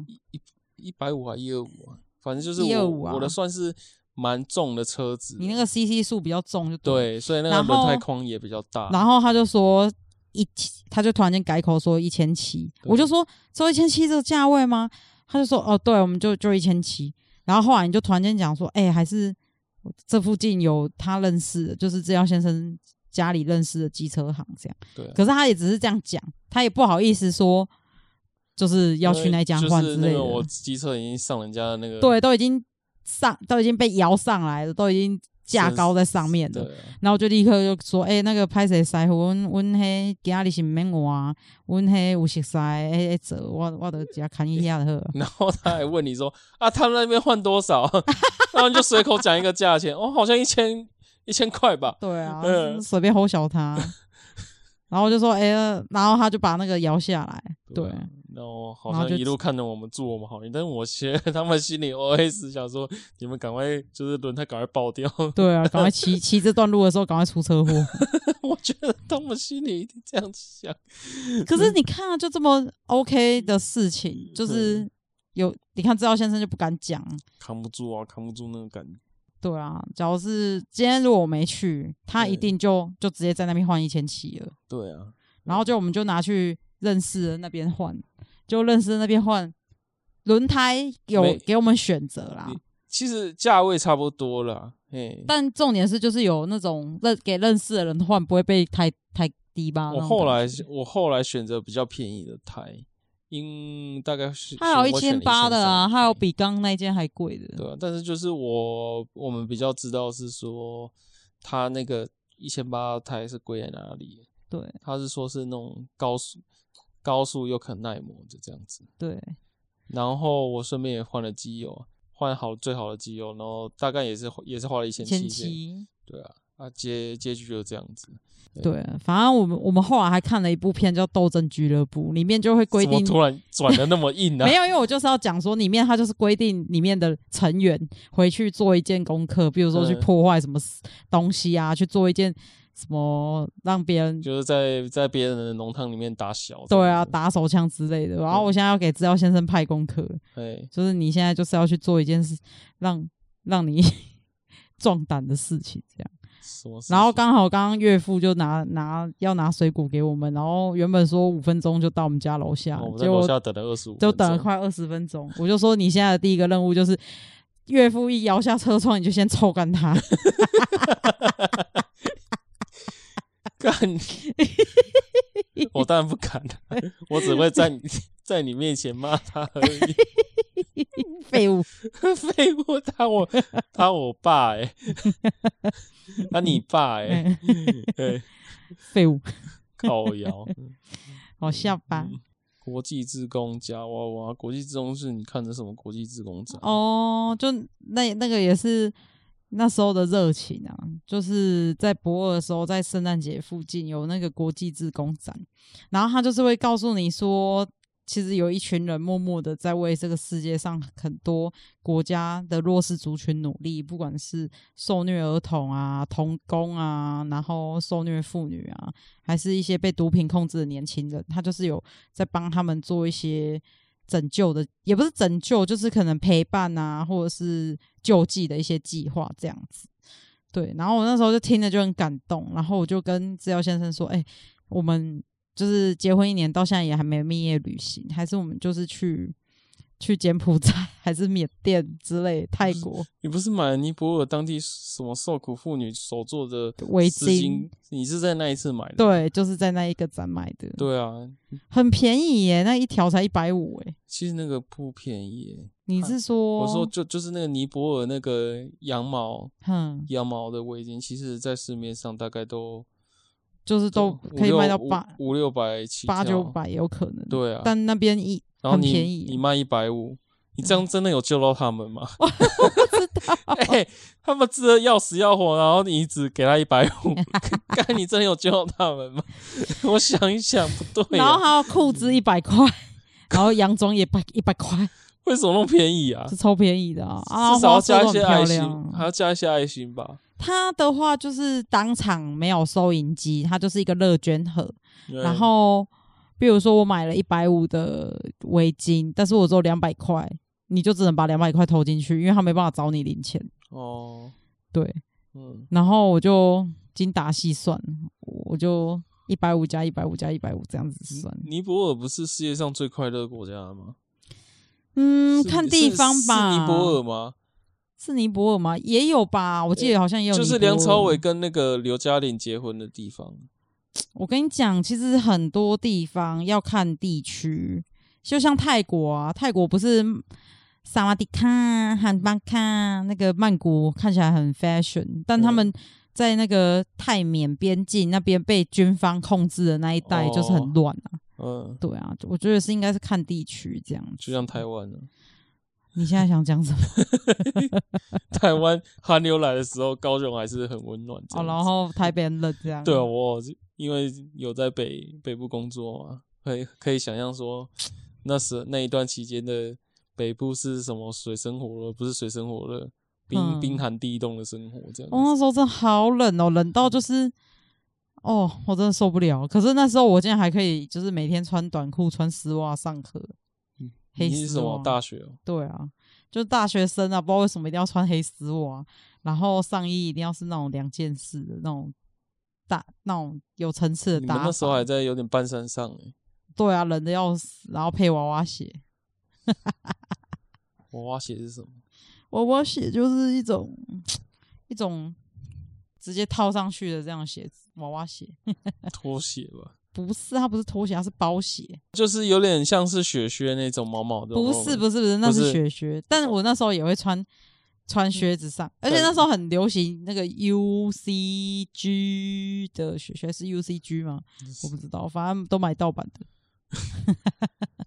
A: 一百五还一二五啊，反正就是我、
B: 125啊
A: 我的算是蛮重的车子。
B: 你那个 CC 数比较重就了。
A: 对，啊所以那个
B: 然后
A: 轮胎框也比较大。
B: 然后他就说一起，他就突然间改口说一千七，我就说只有一千七这个价位吗？他就说哦，对，我们就就一千七。然后后来你就突然间讲说，哎、还是这附近有他认识的，就是制药先生家里认识的机车行这样。
A: 对啊，
B: 可是他也只是这样讲，他也不好意思说就是要去那家
A: 因为
B: 换
A: 就
B: 之
A: 是
B: 类
A: 那
B: 的。
A: 个我机车已经上人家的那个
B: 对，都已经上，都已经被摇上来了，都已经架高在上面了。
A: 对啊，
B: 然后我就立刻就说：“哎、那个拍谁师傅，阮阮迄今日是毋免换，啊阮迄有熟识诶做，我我着只看一下就好
A: [laughs]
B: 了。
A: 然后他还问你说啊，他们那边换多少？ [laughs] 然后你就随口讲一个价钱，哦，好像一千一千块吧”。
B: 对啊
A: 嗯，
B: 随便吼小他。然后我就说：“哎、呃然后他就把那个摇下来。对
A: 啊，然后好
B: 然后
A: 像
B: 就
A: 一路看着我们祝我们好运，但是我觉得 [laughs] 他们心里 OS 想说，你们赶快就是轮胎赶快爆掉。 [laughs]
B: 对啊，赶快骑骑这段路的时候，赶快出车祸。
A: 我觉得他们心里一定这样想。
B: 可是你看、啊，就这么 OK 的事情，就是有你看，知道先生就不敢讲。
A: 扛不住啊，扛不住那个感觉。
B: 对啊，假如是今天如果我没去，他
A: 对
B: 一定就就直接在那边换一千七了，
A: 对啊，
B: 然后就我们就拿去认识的那边换，就认识的那边换轮胎有
A: 没
B: 给我们选择啦
A: 你，其实价位差不多啦，嘿。
B: 但重点是就是有那种认给认识的人换不会被太太低吧？
A: 我
B: 那种
A: 后
B: 感
A: 来
B: 觉
A: 我后来选择比较便宜的胎，因大概是
B: 还有一
A: 我选
B: 千
A: 了
B: 八的啊，
A: 1300
B: 还有比刚刚那件还贵的，
A: 对啊，但是就是我我们比较知道是说，它那个一千八胎是贵在哪里，
B: 对
A: 他是说是那种高速、高速又肯耐磨的这样子。
B: 对，
A: 然后我顺便也换了机油，换好最好的机油，然后大概也是也是花了一千
B: 前
A: 七，
B: 期
A: 对啊，啊结结局就这样子。
B: 对，反正我们我们后来还看了一部片叫《斗争俱乐部》，里面就会规
A: 怎么
B: 定
A: 突
B: [laughs]
A: 然转的那么硬啊呢、
B: 没有，因为我就是要讲说，里面它就是规定里面的成员回去做一件功课，比如说去
A: 嗯
B: 破坏什么东西啊，去做一件什么让别人
A: 就是在在别人的浓汤里面打小。
B: 对啊，打手枪之类的。然后我现在要给资料先生派功课，
A: 哎，
B: 就是你现在就是要去做一件事，让让你 [laughs] 壮胆的事情，这样。
A: 什么事情？
B: 然后刚好刚刚岳父就拿拿要拿水果给我们，然后原本说五分钟就到我们家楼下，
A: 哦我在
B: 结
A: 楼
B: 果
A: 下等了二十五，
B: 就等了快二十分钟。我就说你现在的第一个任务就是，岳父一摇下车窗，你就先臭干他。 [laughs]
A: 干，我当然不敢，我只会在你在你面前骂他而已。
B: [laughs] 废
A: [laughs]
B: 物，
A: 废物，他我他我爸
B: [laughs]
A: 哎、他你爸哎、欸，
B: 嗯
A: [laughs] 对，
B: 废物，
A: 靠摇。
B: 好下巴
A: 国际志工夹娃娃，国际志工是你看的什么国际志工展？
B: 哦，就那那个也是那时候的热情啊，就是在博尔的时候，在圣诞节附近有那个国际志工展，然后他就是会告诉你说。其实有一群人默默的在为这个世界上很多国家的弱势族群努力，不管是受虐儿童啊、童工啊，然后受虐妇女啊，还是一些被毒品控制的年轻人，他就是有在帮他们做一些拯救的，也不是拯救，就是可能陪伴啊，或者是救济的一些计划这样子。对，然后我那时候就听了就很感动，然后我就跟志尧先生说：“哎、我们就是结婚一年到现在也还没蜜月旅行，还是我们就是去去柬埔寨， [laughs] 还是缅甸之类，泰国
A: 你不是买了尼泊尔当地什么受苦妇女手做的
B: 围
A: 丝
B: 巾
A: 巾？你是在那一次买的？
B: 对，就是在那一个展买的，
A: 对啊，
B: 很便宜耶，那一条才一百五
A: [laughs]
B: 哎。”
A: 其实那个不便宜欸、
B: 你是说？
A: 我说就就是那个尼泊尔那个羊毛
B: 哼，
A: 羊毛的围巾，其实在市面上大概都
B: 就是都
A: 五
B: 可以
A: 六
B: 卖到
A: 五
B: 八
A: 五六百起，
B: 八九，百也有可能。、
A: 对啊。
B: 但那边一
A: 然后
B: 很
A: 你
B: 便宜嗯
A: 你卖一百五，你这样真的有救到他们
B: [laughs]
A: 吗？我不知道， [laughs] 哎、他们吃的要死要活，然后你只给他一百
B: [laughs]
A: 五，看你真的有救到他们吗？ [laughs] 我想一想，不对、
B: 然后
A: 啊，
B: 还有裤子一百块，然后洋装也百一百块，
A: 为什么那么便宜啊？
B: 是超便宜的啊！啊，
A: 至少要
B: 花色
A: 加
B: 都
A: 一
B: 很
A: 些
B: 漂
A: 爱心，啊还
B: 亮。
A: 要加一些爱心吧。
B: 它的话就是当场没有收银机，它就是一个乐捐盒。然
A: 嗯
B: 后，比如说我买了一百五的围巾，但是我只有两百块，你就只能把两百块投进去，因为他没办法找你零钱。
A: 哦，
B: 对，
A: 嗯，
B: 然后我就精打细算，我就一百五加一百五加一百五这样子算。
A: 尼泊尔不是世界上最快乐的国家吗？
B: 嗯，
A: 是
B: 看地方吧。
A: 是是尼泊尔吗？
B: 是尼泊尔吗？也有吧，我记得好像也有。
A: 就是梁朝伟。跟那个刘嘉玲结婚的地方。
B: 我跟你讲，其实很多地方要看地区，就像泰国啊，泰国不是萨瓦迪卡、汉巴卡那个曼谷看起来很 fashion，但他们在那个泰缅边境那边被军方控制的那一带就是
A: 哦
B: 很乱啊。
A: 嗯，
B: 对啊，我觉得是应该是看地区这样
A: 就
B: 子。
A: 像台湾呢、啊
B: 你现在想讲什么？
A: [laughs] 台湾寒流来的时候，高雄还是很温暖 [laughs] 这样
B: 哦，
A: 子。
B: 然后台北人冷这样。
A: 对啊，我因为有在北北部工作嘛，可以可以想象说，那时那一段期间的北部是什么水深火热，不是水深火热，冰
B: 嗯
A: 冰寒地冻的生活这样子。
B: 哦，那时候真的好冷哦，冷到就是，哦，我真的受不了。可是那时候我竟然还可以，就是每天穿短裤、穿丝袜上课。
A: 嗯
B: 黑
A: 你是
B: 丝
A: 什么
B: 袜
A: 大学、哦？
B: 对啊，就大学生啊，不知道为什么一定要穿黑丝袜，然后上衣一定要是那种两件式的那种大那种有层次
A: 你们
B: 的搭法。
A: 那时候还在有点半山上哎、
B: 对啊，冷的要死，然后配娃娃鞋。
A: 娃娃鞋是什么？
B: 娃娃鞋就是一种一种直接套上去的这样的鞋子，娃娃鞋 [laughs]
A: 拖鞋吧，
B: 不是，它不是拖鞋，它是包鞋，
A: 就是有点像是雪靴那种毛毛的。哦
B: 不是不是不是，那
A: 不是嗯
B: 是雪靴。但我那时候也会穿穿靴子上，而且那时候很流行那个 UCG 的雪靴是 UCG 吗？我不知道，反正都买盗版的，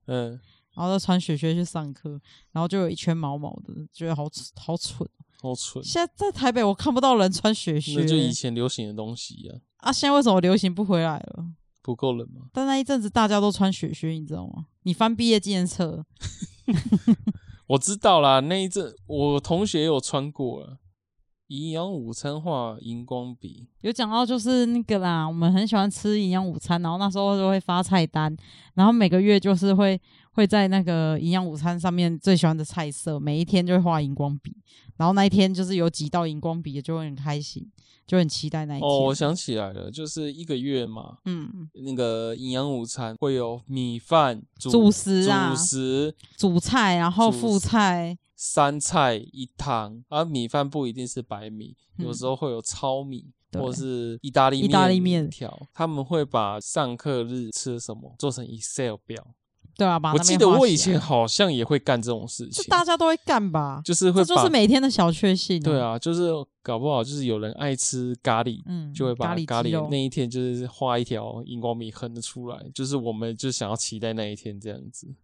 A: 嗯，
B: 然后都穿雪靴去上课，然后就有一圈毛毛的，觉得好蠢好蠢。哦
A: 好蠢，
B: 现在在台北我看不到人穿雪
A: 那
B: 靴欸
A: 就以前流行的东西呀、
B: 啊，现在为什么流行不回来了？
A: 不够冷吗？
B: 但那一阵子大家都穿雪靴，你知道吗？你翻毕业纪念册，
A: 我知道啦，那一阵我同学也有穿过啊。营养午餐化荧光笔，
B: 有讲到就是那个啦，我们很喜欢吃营养午餐，然后那时候就会发菜单，然后每个月就是会会在那个营养午餐上面最喜欢的菜色，每一天就会画荧光笔，然后那一天就是有几道荧光笔，就会很开心，就很期待那一天。
A: 哦，我想起来了，就是一个月嘛，
B: 嗯，
A: 那个营养午餐会有米饭、主
B: 主食啊
A: 主食、
B: 主菜，然后
A: 主
B: 副菜，
A: 三菜一汤，而、啊、米饭不一定是白米，
B: 嗯
A: 有时候会有糙米。
B: 对
A: 或是意大利
B: 意大利面
A: 面条，他们会把上课日吃什么做成 Excel 表。
B: 对啊，把
A: 我
B: 那
A: 记
B: 边
A: 得
B: 画
A: 我以
B: 起
A: 前
B: 来
A: 好像也会干这种事
B: 就
A: 情，
B: 大家都会干吧，
A: 就是会
B: 这就
A: 把
B: 是每天的小确幸、哦
A: 对，啊，就是搞不好就是有人爱吃咖喱，
B: 嗯，
A: 就会把
B: 咖喱
A: 咖
B: 鸡肉
A: 喱那一天就是画一条荧光笔横的出来，就是我们就想要期待那一天这样子。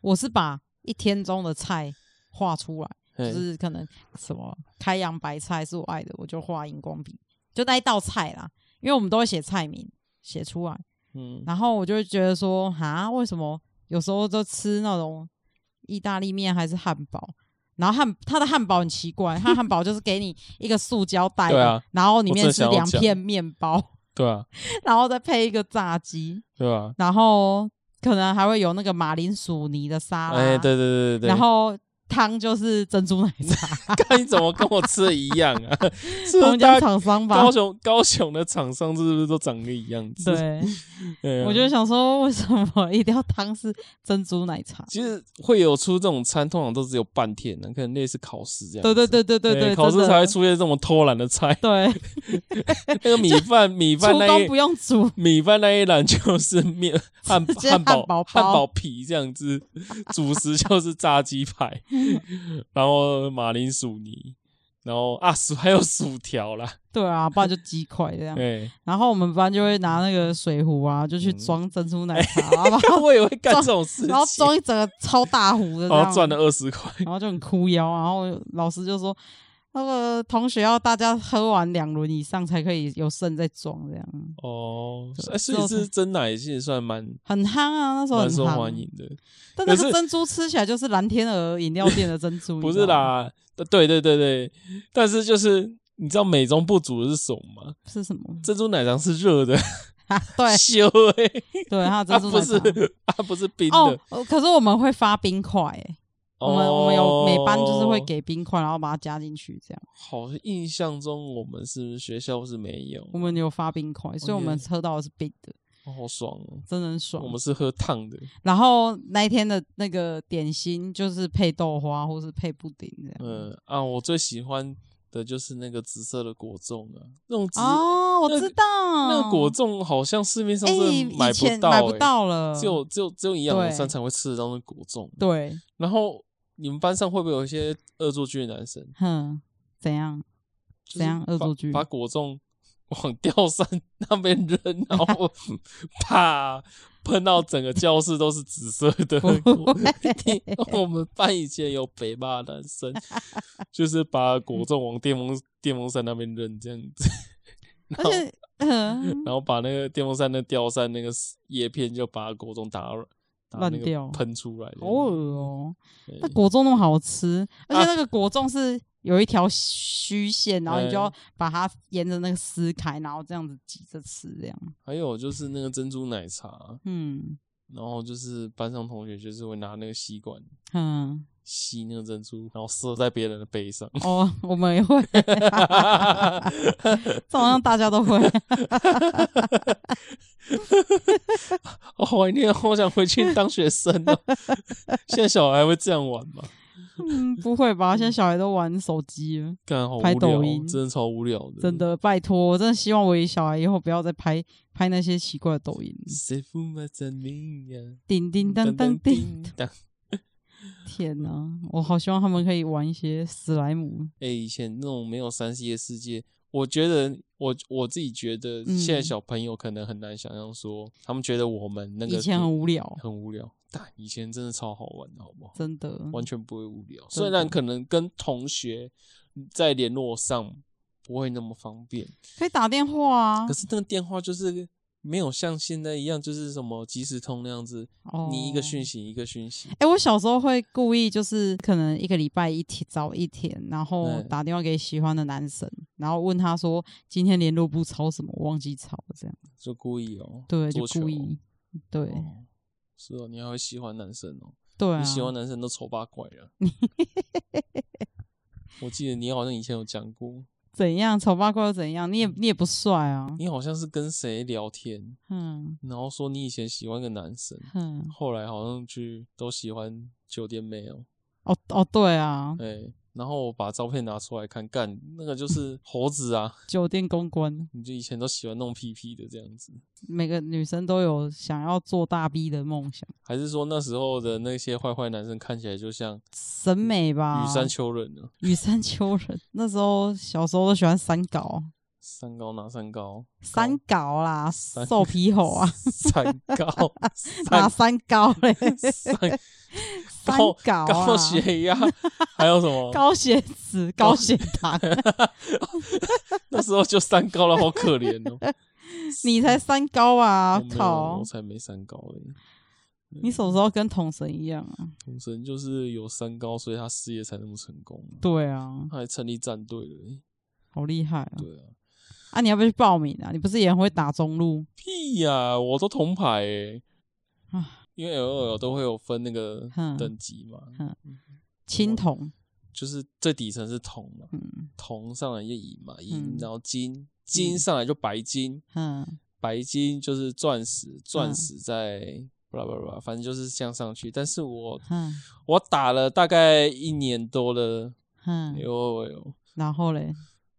B: 我是把一天中的菜画出来，
A: 嘿
B: 就是可能什么开阳白菜是我爱的，我就画荧光笔，就那一道菜啦，因为我们都会写菜名写出来，
A: 嗯，
B: 然后我就会觉得说，哈，为什么有时候就吃那种意大利面还是汉堡？然后汉它的汉堡很奇怪，它汉堡就是给你一个塑胶袋
A: 对
B: 的，
A: 啊
B: 然后里
A: 我
B: 面
A: 正
B: 是
A: 想要
B: 两
A: 讲
B: 片面包，
A: 对啊，
B: 然后再配一个炸鸡，
A: 对啊，
B: 然后可能还会有那个马铃薯泥的沙拉，
A: 哎，对对对对对，
B: 啊然后汤就是珍珠奶
A: [laughs]
B: 茶，
A: 看你怎么跟我吃的一样
B: [laughs]
A: 啊？是不
B: 同
A: 是
B: 一家
A: 大家
B: 厂商吧
A: 高。雄高雄的厂商是不是都长得一样子？
B: 对，
A: [laughs] 对啊，
B: 我就想说，为什么一定要汤是珍珠奶
A: [laughs]
B: 茶？
A: 其实会有出这种餐，通常都只有半天的，可能类似考试这样
B: 对
A: 子。
B: 对对对对
A: 哎
B: 对，
A: 考
B: 真
A: 试
B: 的
A: 才会。出现这种偷懒的菜。 [laughs]
B: 对，
A: 那个米饭米
B: 出
A: 饭那
B: 工
A: 一
B: 不用煮，
A: 米饭那一栏就是面汉
B: 直接
A: 汉堡
B: 汉堡包
A: 汉堡皮这样子，主食就是炸鸡排，然后马铃薯泥，然后啊薯还有薯条啦，
B: 对啊，不然就鸡
A: [laughs]
B: 块这样。
A: 哎，
B: 然后我们班就会拿那个水壶啊，就去装珍珠奶
A: [laughs]
B: 茶，然后把它
A: 我也会干这种事情，
B: 哦然后装一整个超大壶的这
A: [laughs] 然后
B: 样，
A: 赚哦了二十块，
B: 然后就很哭腰，然后老师就说。那个同学要大家喝完两轮以上才可以有剩再装，这样
A: 哦，
B: 对
A: 哎所以是真奶其实算蛮
B: 很夯啊，那时候很
A: 蛮受
B: 夯。
A: 欢迎的，
B: 但那
A: 可
B: 个
A: 是
B: 珍珠吃起来就是蓝天鹅饮料店的珍珠，
A: 不
B: 你
A: 是
B: 知道
A: 啦，
B: 吗，
A: 呃对对对对，但是就是你知道美中不足的是什么吗？
B: 是什么？ [laughs] 啊
A: 珍珠奶茶是热的，
B: 对
A: [laughs] 修哎，
B: 对，它
A: 它
B: 的珍珠
A: 不
B: 奶茶。
A: 是它不是冰
B: 哦
A: 的。，哦
B: 呃可是我们会发冰块、欸，我们我们有每班就是会给冰块，然后把它加进去，这样
A: 哦。好，印象中我们是学校是没有，
B: 我们有发冰块，所以我们
A: 原来
B: 喝到的是冰的，
A: 哦好爽哦。
B: 真的很爽
A: 我。们是喝烫的，
B: 然后那一天的那个点心就是配豆花或是配布丁这样。
A: 嗯啊，我最喜欢的就是那个紫色的果冻啊，那种紫、
B: 哦，我
A: 那个
B: 知道，
A: 那个果冻好像市面上
B: 哎、
A: 真的
B: 以前
A: 到、
B: 买不
A: 欸
B: 到了，
A: 只有只有只有营养午
B: 对
A: 餐才会吃得到那个果冻。，
B: 对，
A: 然后你们班上会不会有一些恶作剧的男生？
B: 哼，怎
A: [laughs]
B: 样？
A: 就是
B: 怎样恶
A: 把
B: 作剧
A: 把果冻 [laughs] 往吊扇 [laughs] 那边扔，然
B: [laughs]
A: 后啪喷到整个教室都是紫色的
B: 不
A: 果。 [laughs]
B: 会 [laughs]
A: 我们班以前有北霸男
B: [laughs]
A: 生，就是把果冻往电风电风扇那边扔，这样子，
B: 而且，嗯，
A: 然后把那个电风扇的吊扇那个叶片就把果冻打软打那个
B: 烂掉
A: 喷出来这
B: 好
A: 样子。
B: 恶哦、
A: [laughs] 对
B: 那果冻那么好吃，而且
A: 啊
B: 那个果冻是有一条虚线，然后你就要把它沿着那个撕开，然后这样子挤着吃，这样。
A: 还有就是那个珍珠奶茶，
B: 嗯
A: 然后就是班上同学就是会拿那个吸管
B: 嗯，
A: 吸那个珍珠，然后射在别人的背上。 [laughs]
B: 哦，我们也会，这好像大
A: [laughs]
B: 家都会。
A: 好怀念，好想回去当学生哦。 [laughs] 现在小孩会这样玩吗？
B: 嗯，不会吧？现在小孩都玩手机了，
A: 干好无
B: 拍
A: 聊
B: 抖
A: 哦
B: 音，
A: 真的超无聊的。
B: 真。的，拜托，我真的希望我小孩以后不要再拍拍那些奇怪的抖音。
A: 谁负责证明呀？
B: 叮叮当当叮，
A: 当，
B: 天哪、我好希望他们可以玩一些史莱姆。
A: 哎、以前那种没有三 C 的世界，我觉得我我自己觉得，现在
B: 嗯
A: 小朋友可能很难想象说，他们觉得我们那个
B: 以前很无聊，
A: 很无聊，但以前真的超好玩的，好不好？
B: 真的
A: 完全不会无聊，
B: 嗯真
A: 虽
B: 的
A: 然可能跟同学在联络上不会那么方便，
B: 可以打电话啊
A: 可。是那个电话就是没有像现在一样，就是什么即时通那样子，
B: 哦
A: 你一个讯息一个讯息，
B: 哎、我小时候会故意就是可能一个礼拜一天早一天，然后
A: 嗯
B: 打电话给喜欢的男生，然后问他说今天联络簿抄什么，我忘记抄了这样。
A: 就故意哦，
B: 对，就
A: 桌球
B: 故意。对、
A: 哦是哦，你还会喜欢男生哦？
B: 对啊，
A: 你喜欢男生都丑八怪
B: [laughs]
A: 了。我记得你好像以前有讲过，
B: 怎样丑八怪又怎样？你也你也不帅啊。
A: 你好像是跟谁聊天，
B: 嗯
A: 然后说你以前喜欢个男生，
B: 嗯，
A: 后来好像去都喜欢酒店妹哦，
B: 哦哦，对啊，
A: 哎、然后我把照片拿出来看，干那个就是猴子啊， [laughs]
B: 酒店公关，
A: 你就以前都喜欢弄屁屁的这样子，
B: 每个女生都有想要做大 B 的梦想，
A: 还是说那时候的那些坏坏男生看起来就像
B: 审美吧。
A: 羽山丘人呢、
B: 羽山丘人，那时候小时候都喜欢三搞，
A: 三高拿三高，
B: 三搞啦，瘦皮猴啊， [laughs]
A: 三高，
B: 哪
A: 三
B: 三高 [laughs] 嘞？
A: 三
B: 三
A: 高
B: 搞啊，
A: 高血压，还有什么？
B: 高血脂、高血糖，
A: 那时候就三高了，好可怜哦。
B: 你才三 [laughs] 高啊
A: 我！没有
B: 靠
A: 我，才没三高嘞。
B: 你什么时候跟统神一样啊？
A: 统神就是有三高，所以他事业才那么成功啊、
B: 对啊，
A: 他还成立战队了嘞。
B: 好厉害啊！
A: 对啊，
B: 啊，你要不要去报名啊？你不是也很会打中路？
A: 屁呀、我都铜牌诶、
B: 啊
A: 因为 L L 都会有分那个
B: 嗯
A: 等级嘛，
B: 青铜，
A: 就是最底层是铜嘛，
B: 嗯
A: 铜上来就银嘛，银
B: 嗯
A: 然后金，金上来就白金，
B: 嗯
A: 白金就是钻石，钻
B: 嗯
A: 石在巴拉巴拉巴拉，反正就是这样上去。但是我
B: 嗯
A: 我打了大概一年多了，哎
B: 嗯，
A: 呦哎呦，
B: 然后嘞，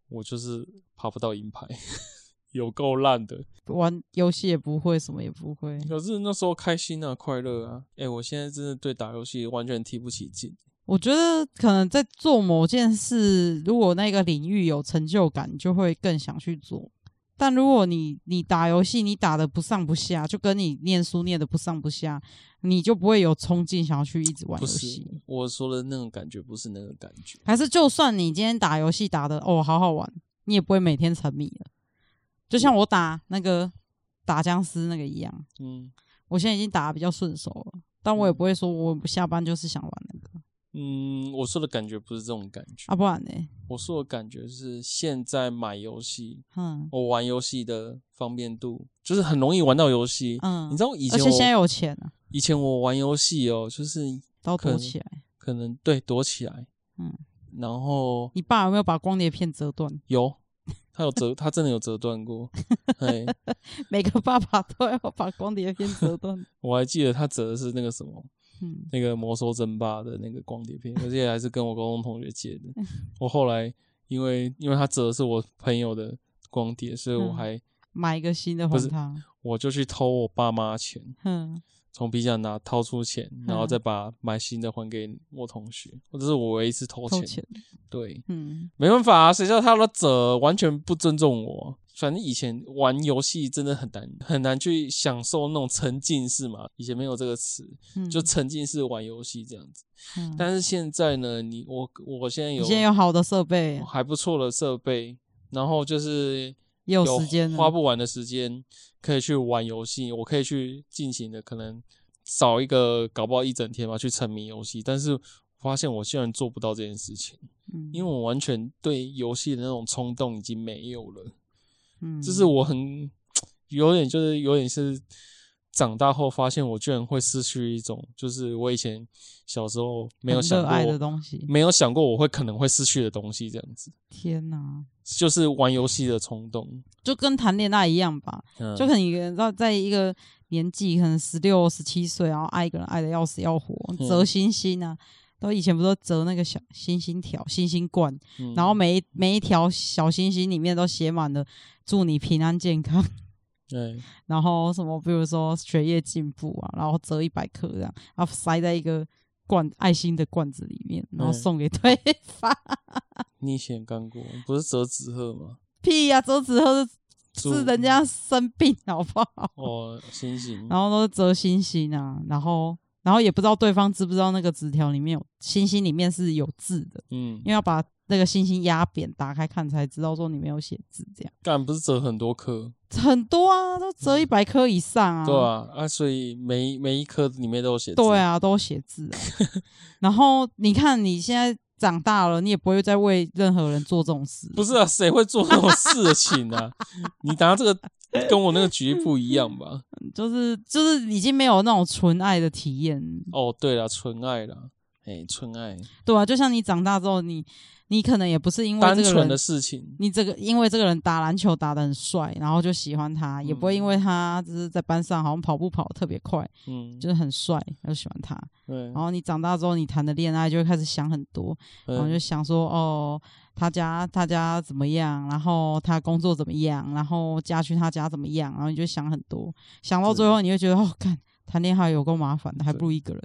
A: 我就是爬不到银牌， [laughs] 有够烂的。
B: 玩游戏也不会，什么也不会。
A: 可是那时候开心啊，快乐啊，哎、我现在真的对打游戏完全提不起劲。
B: 我觉得可能在做某件事，如果那个领域有成就感，就会更想去做。但如果你你打游戏，你打的不上不下，就跟你念书念的不上不下，你就不会有冲劲想要去一直玩
A: 不
B: 游
A: 是
B: 戏。
A: 我说的那种感觉，不是那个感觉。
B: 还是就算你今天打游戏打的哦好好玩，你也不会每天沉迷了。就像我打那个打僵尸那个一样，
A: 嗯
B: 我现在已经打的比较顺手了，但我也不会说我下班就是想玩那个
A: 嗯，我说的感觉不是这种感觉。
B: 啊，不然呢？
A: 我说的感觉是现在买游戏，
B: 嗯
A: 我玩游戏的方便度，就是很容易玩到游戏。
B: 嗯，
A: 你知道以
B: 而
A: 前
B: 且现在
A: 我
B: 有钱啊，
A: 以前我玩游戏哦，就是
B: 都
A: 可
B: 躲
A: 能
B: 起来。
A: 可能对躲起来，
B: 嗯，
A: 然后
B: 你爸有没有把光碟片折断？ [laughs]
A: 有他有折，他真的有折断过。哎，
B: 每个爸爸都要把光碟片折断。
A: 我还记得他折的是那个什么，
B: 嗯，
A: 那个魔兽争霸的那个光碟片，而且还是跟我高中同学借的。
B: 嗯
A: 我后来因为因为他折的是我朋友的光碟，所以我
B: 嗯
A: 还、
B: 买一个新的还他。
A: 我就去偷我爸妈钱。
B: 嗯，
A: 从皮夹拿掏出钱，然后
B: 嗯
A: 再把买新的还给我同学，或者是我唯一一次偷钱。
B: 偷钱。
A: 对，
B: 嗯，
A: 没办法、啊，谁叫他的者完全不尊重我。反正以前玩游戏真的很难很难去享受那种沉浸式嘛，以前没有这个词，
B: 嗯
A: 就沉浸式玩游戏这样子。
B: 嗯
A: 但是现在呢，你我我现在
B: 你
A: 有
B: 现在有好的设备，
A: 还不错的设备，然后就是
B: 也有时间了啊
A: 花不完的时间可以去玩游戏，我可以去进行的可能找一个搞不好一整天吧去沉迷游戏，但是。发现我竟然做不到这件事情，
B: 嗯，
A: 因为我完全对游戏的那种冲动已经没有了，
B: 嗯，
A: 这是我很有点就是有点是长大后发现我居然会失去一种就是我以前小时候没有
B: 很
A: 想
B: 热爱的
A: 过，
B: 东西。
A: 没有想过我会可能会失去的东西这样子。
B: 天哪，
A: 就是玩游戏的冲动，
B: 就跟谈恋爱一样吧，
A: 嗯，
B: 就可能一个人在在一个年纪，可能十六、十七岁，然后爱一个人爱的要死要活，
A: 嗯
B: 折星星啊。都以前不都折那个小星星条、星星罐，
A: 嗯
B: 然后每一每一条小星星里面都写满了“祝你平安健康 [laughs]
A: 对，”，
B: 然后什么，比如说学业进步啊，然后折一百克这样，然后塞在一个罐爱心的罐子里面，然
A: 嗯
B: 后送给对方。 [laughs]
A: 你以前也干过，不是折纸鹤吗？
B: 屁呀、折纸鹤是
A: 祝
B: 是人家生病好不好？ [laughs]
A: 哦，星星，
B: 然后都是折星星啊，然后然后也不知道对方知不知道那个纸条里面有星星里面是有字的，
A: 嗯
B: 因，为要把那个星星压扁，打开看才知道说里面有写字这样。
A: 干不是折很多颗，
B: 很多啊，都折一百颗以上啊。
A: 对啊，啊，所以每一每一颗里面都有写字，
B: 对，啊，都写字啊。 [laughs] 然后你看你现在长大了，你也不会再为任何人做这种事。
A: 不是啊，谁会做这种事情啊？ [laughs] 你拿这个跟我那个举例不一样吧？
B: 就是就是已经没有那种纯爱的体验。
A: 哦，对了，纯爱啦，哎，纯爱，
B: 对啊，就像你长大之后，你你可能也不是因为
A: 单
B: 这个
A: 纯的
B: 人。
A: 事情，
B: 你这个因为这个人打篮球打得很帅，然后就喜欢
A: 嗯
B: 他，也不会因为他就是在班上好像跑步跑得特别快，
A: 嗯，
B: 就是很帅，然后喜欢他。
A: 对
B: 然，后你长大之后，你谈的恋爱就会开始想很多，然后就
A: 嗯
B: 想说，哦，他家他家怎么样，然后他工作怎么样，然后嫁去他家怎么样，然后你就想很多，想到最后你会觉得，哦，看谈恋爱有够麻烦的，还不如一个人。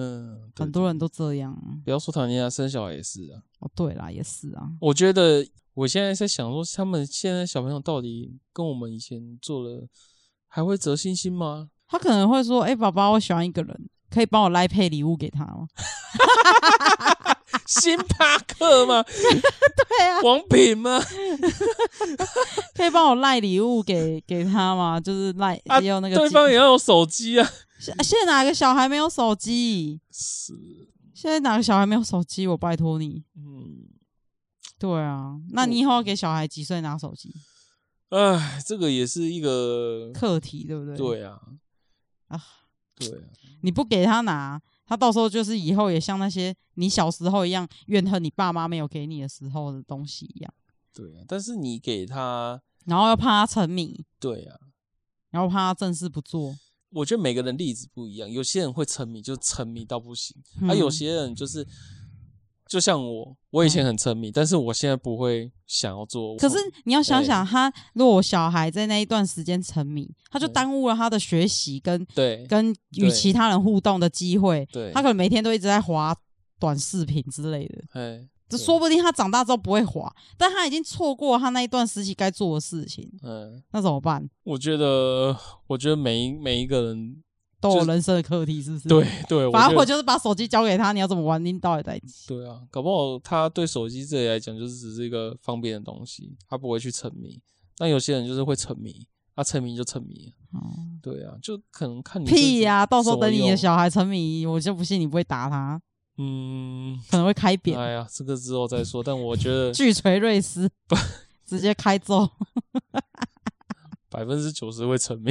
A: 嗯，对
B: 很多人都这样。啊
A: 不要说谈恋爱，生小孩也是啊。
B: 哦，对啦，也是啊，
A: 我觉得我现在在想说，他们现在小朋友到底跟我们以前做了，还会折星星
B: [laughs]
A: 吗？
B: 他可能会说，哎、爸爸，我喜欢一个人，可以帮我来配礼物给他吗？
A: 星巴克吗？
B: [laughs] 对啊，
A: 王品吗？
B: 可以帮我赖礼物给给他吗？就是赖、
A: 啊
B: 也有那个
A: 对
B: 机
A: 方也要有手机啊。
B: 现现在哪个小孩没有手机？
A: 是，
B: 现在哪个小孩没有手机？我拜托你。
A: 嗯，
B: 对啊，那你以后要给小孩几岁拿手机？
A: 哎，这个也是一个
B: 课题对不对？
A: 对啊，
B: 啊，
A: 对啊，
B: 你不给他拿，他到时候就是以后也像那些你小时候一样怨恨你爸妈没有给你的时候的东西一样，
A: 对啊。但是你给他，
B: 然后要怕他沉迷，
A: 对啊，
B: 然后怕他正事不做。
A: 我觉得每个人例子不一样，有些人会沉迷，就沉迷到不行；，
B: 嗯
A: 啊，有些人就是，就像我，我以前很沉迷，但是我现在不会想要做。
B: 嗯可是你要想想，他如果我小孩在那一段时间沉迷，他就
A: 对
B: 耽误了他的学习跟
A: 嗯对
B: 跟与
A: 对
B: 其他人互动的机会。
A: 对，
B: 他可能每天都一直在划短视频之类的。
A: 哎
B: 这
A: 对
B: 说不定他长大之后不会滑，但他已经错过他那一段时期该做的事情，
A: 嗯，
B: 那怎么办？
A: 我觉得，我觉得每一每一个人，
B: 都
A: 就
B: 有
A: 是
B: 人生的课题，是不是？，
A: 对对，我
B: 嗯反正
A: 觉
B: 我
A: 得
B: 就是把手机交给他，你要怎么玩，拎到也在一起。
A: 对啊，搞不好他对手机这里来讲，就是只是一个方便的东西，他不会去沉迷。但有些人就是会沉迷，他、沉迷就沉迷，
B: 哦
A: 对啊，就可能看你
B: 屁呀、到时候等你的
A: 想，
B: 小孩沉迷，我就不信你不会打他，
A: 嗯，
B: 可能会开扁，
A: 哎呀，这个之后再说。但我觉得
B: 巨锤瑞斯，直接开揍。
A: 百分之九十会沉迷。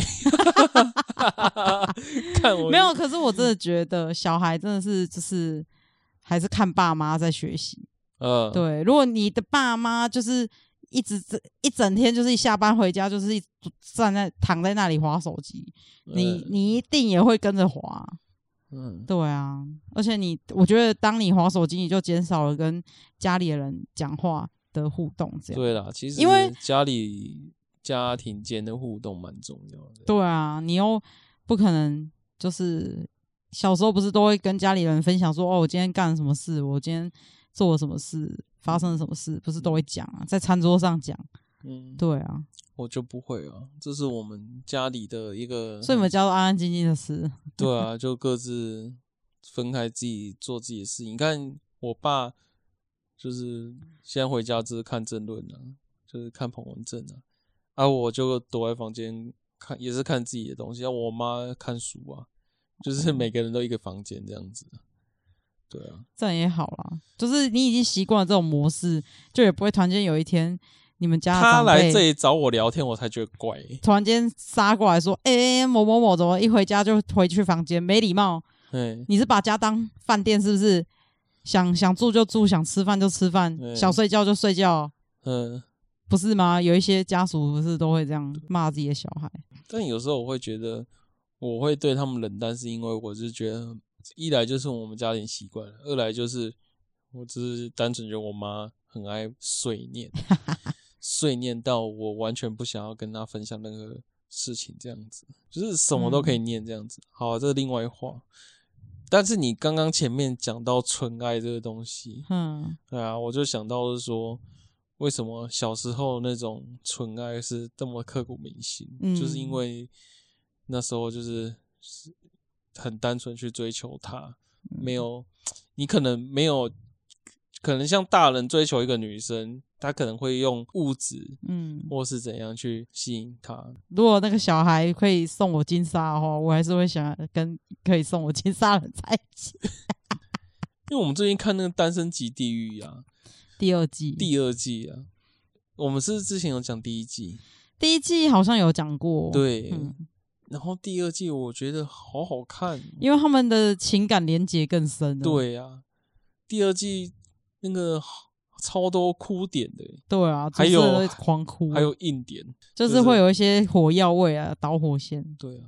A: 看 [laughs] 我
B: 没有，可是我真的觉得小孩真的是就是还是看爸妈在学习。
A: 呃，
B: 对，如果你的爸妈就是一直这一整天就是一下班回家就是一直站在躺在那里划手机，你
A: 呃
B: 你一定也会跟着划。
A: 嗯
B: 对啊，而且你我觉得当你划手机，你就减少了跟家里的人讲话的互动，这样。
A: 对啦，其实
B: 因为
A: 家里家庭间的互动蛮重要的。
B: 对啊，你又不可能就是小时候不是都会跟家里人分享说，哦，我今天干了什么事，我今天做了什么事，发生了什么事，不是都会讲啊，在餐桌上讲。
A: 嗯，
B: 对啊，
A: 我就不会啊，这是我们家里的一个，
B: 所以你们叫做安安静静的事。 [laughs]
A: 对啊，就各自分开自己做自己的事情。你看我爸就是现在回家就是看政论啊，就是看彭文正啊，啊我就躲在房间看，也是看自己的东西，啊我妈看书啊，
B: 哦
A: 就是每个人都一个房间这样子。啊对啊，
B: 这样也好啦，就是你已经习惯了这种模式，就也不会突然间有一天你们家的
A: 他
B: 长
A: 来
B: 辈
A: 这里找我聊天，我才觉得怪、欸
B: 突然间杀过来说：“哎、某某某怎么一回家就回去房间，没礼貌！
A: 嗯，
B: 你是把家当饭店是不是？想想住就住，想吃饭就吃饭，
A: 对
B: 想睡觉就睡觉，
A: 嗯，
B: 不是吗？有一些家属不是都会这样骂自己的小孩，
A: 但有时候我会觉得，我会对他们冷淡，是因为我是觉得，一来就是我们家庭习惯，二来就是我只是单纯觉得我妈很爱碎念，碎念到我完全不想要跟她分享任啊何事情，这样子，就是什么都可以念这样子。好、这是另外一话。但是你刚刚前面讲到纯爱这个东西，
B: 嗯，
A: 对啊，我就想到是说，为什么小时候那种纯爱是这么刻骨铭心？
B: 嗯
A: 就是因为那时候就是是很单纯去追求她，没有你可能没有，可能像大人追求一个女生，他可能会用物质
B: 嗯，
A: 或是怎样去吸引她。
B: 如果那个小孩可以送我金沙的话，我还是会想跟可以送我金沙的人在一起。
A: 因为我们最近看那个《单身级地狱》啊，
B: 第二季，
A: 第二季啊，我们是之前有讲第一季，
B: 第一季好像有讲过，，
A: 对，
B: 嗯，
A: 然后第二季我觉得好好看，
B: 因为他们的情感连结更深了，
A: 对呀、第二季那个超多哭点的，
B: 对啊，
A: 还有
B: 主持人都会狂哭，
A: 还有硬点，
B: 就是会有一些火药味啊，导火线，
A: 对啊，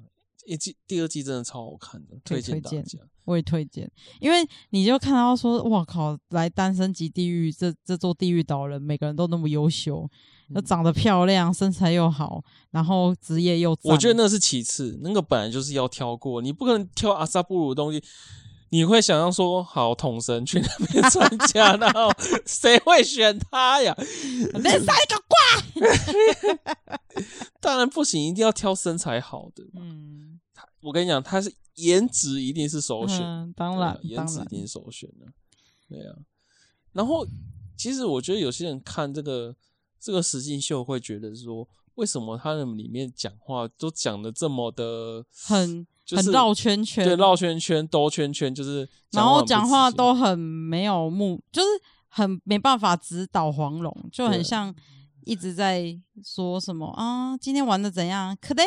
A: 一季第二季真的超好看的，
B: 可
A: 推
B: 以
A: 荐
B: 推
A: 大
B: 荐
A: 家。
B: 我也推荐，因为你就看到说，哇靠，来单身级地狱这这座地狱岛人，每个人都那么优秀，又
A: 嗯
B: 长得漂亮，身材又好，然后职业又赞，
A: 我觉得那是其次，那个本来就是要挑过，你不可能挑阿萨布鲁的东西。你会想象说，好统神去那边参
B: [laughs]
A: 加，然后谁会选他呀？
B: 那三个怪，
A: 当然不行，一定要挑身材好的。
B: 嗯
A: 我跟你讲，他是颜值一定是首选，
B: 嗯，当
A: 对啊
B: 然
A: 颜
B: 当
A: 值一
B: 然，
A: 定是首选的、对啊。然后，其实我觉得有些人看这个这个实境秀会觉得说，为什么他们里面讲话都讲的这么的，
B: 很
A: 就是
B: 很绕圈圈，啊
A: 对，绕圈圈、兜圈圈，就是
B: 然后
A: 很不
B: 讲话
A: 直接
B: 都很没有目，就是很没办法指导黄龙，就
A: 对
B: 很像一直在说什么啊，今天玩的怎样？可得，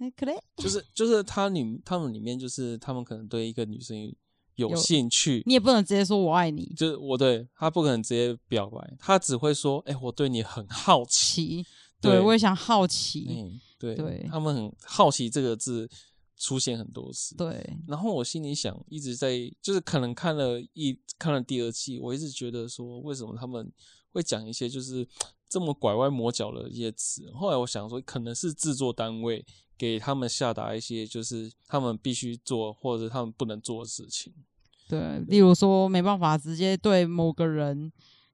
B: 哎可得，
A: 就是就是他里他们里面就是他们可能对一个女生有
B: 有
A: 兴趣，
B: 你也不能直接说我爱你，
A: 就是我对他不可能直接表白，他只会说：“哎、我对你很好奇。
B: 奇，
A: 对
B: 对我也想好奇，
A: 嗯，对，
B: 对
A: 他们很好奇这个字出现很多次。
B: 对，
A: 然后我心里想，一直在就是可能看了一看了第二季，我一直觉得说，为什么他们会讲一些就是这么拐弯抹角的一些词？后来我想说，可能是制作单位给他们下达一些就是他们必须做或者他们不能做的事情。
B: 对，例如说没办法直接对某个人。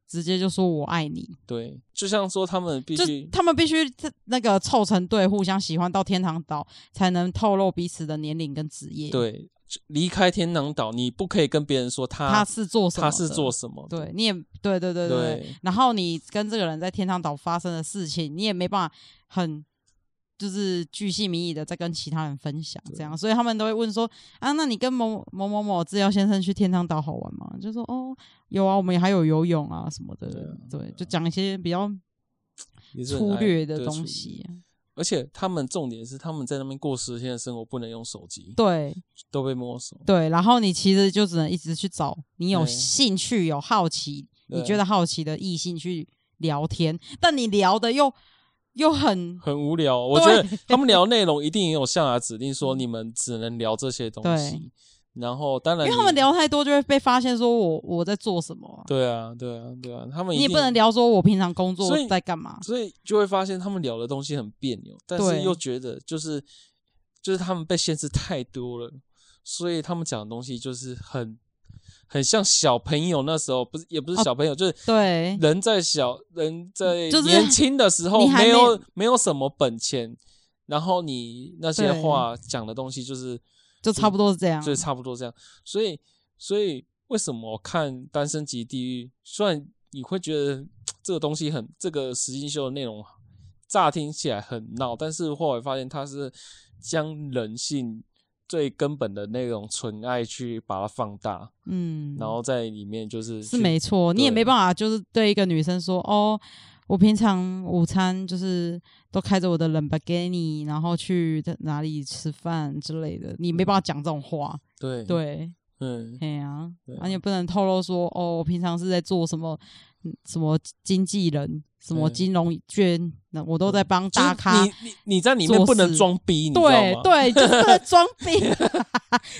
B: 直接就说我爱你，
A: 对，就像说他们必
B: 就
A: 须
B: 他们必须那个凑成对，互相喜欢到天堂岛，才能透露彼此的年龄跟职业。，
A: 对就离开天堂岛，你不可以跟别人说
B: 他
A: 他
B: 是做什
A: 他
B: 么的？
A: 是做什么的。
B: 对，你也对对对对
A: 对
B: 然后你跟这个人在天堂岛发生的事情，你也没办法很就是巨细靡遗的再跟其他人分享，这样，所以他们都会问说啊，那你跟某某某某治疗先生去天堂岛好玩吗？就说哦，有啊，我们还有游泳啊什么的，
A: 对啊
B: 对，就讲一些比较
A: 也是很
B: 粗
A: 爱
B: 略的
A: 对粗
B: 东
A: 略
B: 西，啊
A: 而且他们重点是他们在那边过十天的生活，不能用手机，
B: 对
A: 都被没收。
B: 对，然后你其实就只能一直去找你有
A: 对
B: 兴趣、有好奇，你
A: 对
B: 觉得好奇的异性去聊天，但你聊的又又很
A: 很无聊，我觉
B: [laughs]
A: 得他们聊内容一定也有下达指令说你们只能聊这些东西
B: 嗯对，
A: 然后当然
B: 因
A: 你
B: 为他们聊太多就会被发现说我我在做什么啊、
A: 对啊对啊对啊，他们一
B: 你也
A: 定
B: 不能，聊说我平常工作
A: 所以
B: 在干嘛，
A: 所以就会发现他们聊的东西很别扭，但是
B: 对
A: 又觉得就是就是他们被限制太多了，所以他们讲的东西就是很很像小朋友那时候，不是也不是
B: 哦
A: 小朋友，就是
B: 对嗯
A: 人在小人在
B: 就是
A: 年轻的时候
B: 你还
A: 没
B: 没
A: 有没有什么本钱，然后你那些
B: 对
A: 话讲的东西就是
B: 就差不多是这样。啊
A: 就是差不多这样，所以所以为什么我看《单身级地狱》，虽然你会觉得这个东西很这个实境秀的内容乍听起来很闹，但是后来发现它是将人性最根本的那种纯爱去把它放大，
B: 嗯，
A: 然后在里面就是
B: 是
A: 去
B: 没错，你也
A: 对
B: 没办法，就是对一个女生说哦，我平常午餐就是都开着我的冷 b a g i n 然后去哪里吃饭之类的，你没办法讲这种话。
A: 对
B: 对，
A: 嗯
B: 哎呀、
A: 对
B: 啊，你也不能透露说哦，我平常是在做什么嗯什么经纪人什么
A: 对
B: 金融券，那我都在帮
A: 就是
B: 大咖。
A: 你你你在里面不
B: 做
A: 能
B: 事
A: 装逼，你知道
B: 对
A: 吗？
B: 对，就是在装
A: [laughs]
B: 逼，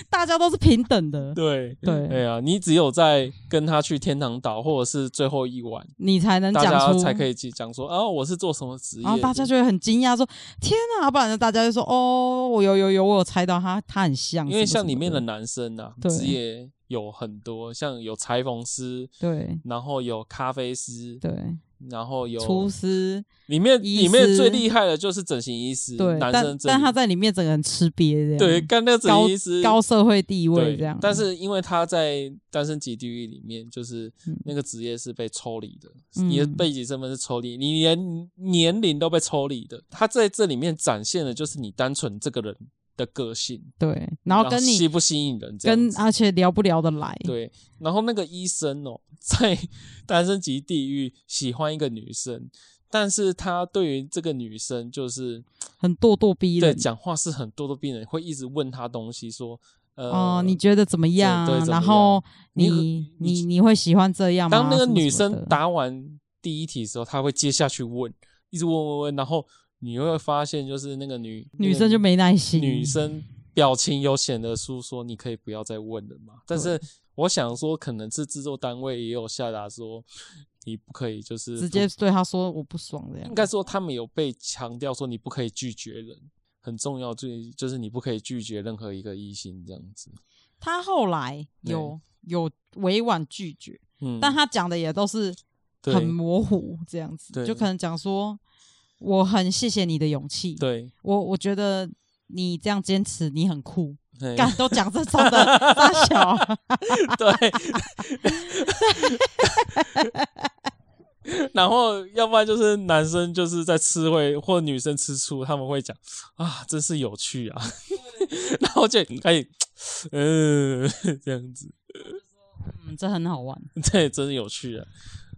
B: 大家都是平等的，
A: 对
B: 对
A: 哎呀，你只有在跟他去天堂岛，或者是最后一晚，
B: 你才能
A: 大
B: 讲
A: 家
B: 出
A: 才可以去讲说啊，我是做什么职业的，
B: 然后大家就会很惊讶说：“天啊！”不然就大家就说：“哦，我有有有，我有猜到他，他很像。”
A: 因为像里面的
B: 人，
A: 男生啊，
B: 对
A: 职业有很多，像有裁缝师，
B: 对
A: 然后有咖啡师，
B: 对，
A: 然后有
B: 厨师
A: 里面
B: 医
A: 里面
B: 师
A: 最厉害的就是整形医师，
B: 对，
A: 男
B: 但
A: 生
B: 但他
A: 他
B: 在里面整个人吃瘪这样，
A: 对，干那整
B: 高
A: 形医师
B: 高社会地位
A: 对
B: 这样。
A: 但是因为他在《单身级地狱》里面，就是
B: 嗯
A: 那个职业是被抽离的，
B: 嗯
A: 你的背景身份是抽离，你连年龄都被抽离的。他在这里面展现的就是你单纯这个人的个性，
B: 对，然后跟
A: 吸
B: 你
A: 不吸引人这样
B: 跟啊
A: 子。
B: 而且聊不聊得来，
A: 对，然后那个医生哦，在 [laughs] 单身级地狱喜欢一个女生，但是他对于这个女生就是
B: 很咄咄逼
A: 对
B: 人。
A: 讲话是很咄咄逼人，会一直问他东西说，呃，
B: 哦，你觉得怎么样
A: 对？怎么
B: 然后
A: 你
B: 你
A: 你
B: 你你会喜欢这样吗？
A: 当那个
B: 什么
A: 女
B: 什么
A: 生
B: 的
A: 答完第一题的时候，她会接下去问，一直问问问，然后你会发现，就是那个女
B: 女生就没耐
A: 那
B: 心，
A: 个女生表情有显得出说，你可以不要再问了嘛。但是我想说，可能是制作单位也有下达说，你不可以就是
B: 直接
A: 不，
B: 对他说我不爽这样
A: 应。该说他们有被强调说你不可以拒绝人。很重要，最就是你不可以拒绝任何一个异性这样子。
B: 他后来有有委婉拒绝，
A: 嗯，
B: 但他讲的也都是
A: 对
B: 很模糊这样子，
A: 对
B: 就可能讲说我很谢谢你的勇气，
A: 对，
B: 我我觉得你这样坚持你很酷，
A: 嘿
B: 干都讲这种的
A: [laughs]
B: 大小，啊
A: 对， [laughs] 然后要不然就是男生就是在吃会或女生吃醋，他们会讲啊，真是有趣啊， [laughs] 然后就开始嗯、这样子，
B: [laughs] 嗯，这很好玩。
A: 对，真有趣啊，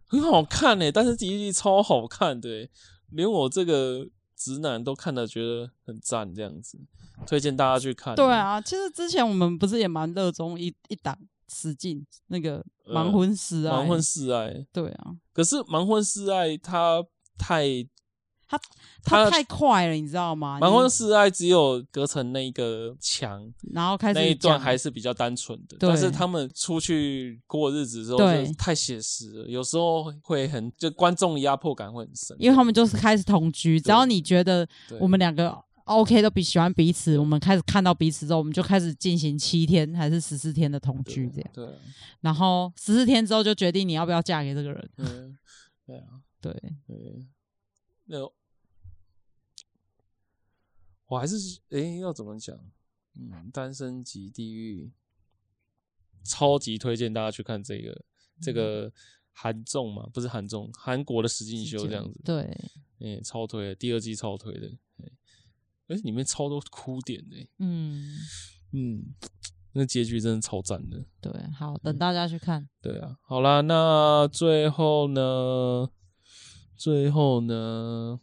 A: 很好看呢、欸但是第一季超好看的欸、连我这个直男都看了觉得很赞，这样子，推荐大家去看。
B: 对，啊，其实之前我们不是也蛮热衷一一档实境那个盲婚时啊，
A: 呃盲婚示爱，
B: 对啊，
A: 可是盲婚示爱它太
B: 他
A: 他
B: 太快了，你知道吗？
A: 盲婚
B: 你
A: 示爱只有隔层那一个墙
B: 然后开始
A: 那一段
B: 讲
A: 还是比较单纯的，
B: 啊对
A: 但是他们出去过日子之后，
B: 对
A: 就是太写实了，有时候会很就观众的压迫感会很深，
B: 因为他们就是开始同居，只要你觉得
A: 对
B: 我们两个 OK 都比喜欢彼此，我们开始看到彼此之后，我们就开始进行七天还是十四天的同居这样，
A: 对啊，
B: 然后十四天之后就决定你要不要嫁给这个人。
A: 嗯，对啊，
B: 对，
A: 对，那我还是诶，要怎么讲？嗯，单身级地狱，超级推荐大家去看这个
B: 嗯
A: 这个韩综嘛，不是韩综，韩国的实境秀这样子，
B: 对，
A: 嗯，超推的，第二季超推的，哎，而且里面超多哭点的、
B: 嗯，
A: 嗯，那结局真的超赞的，
B: 对，好，等大家去看。
A: 对啊，好啦，那最后呢，最后呢，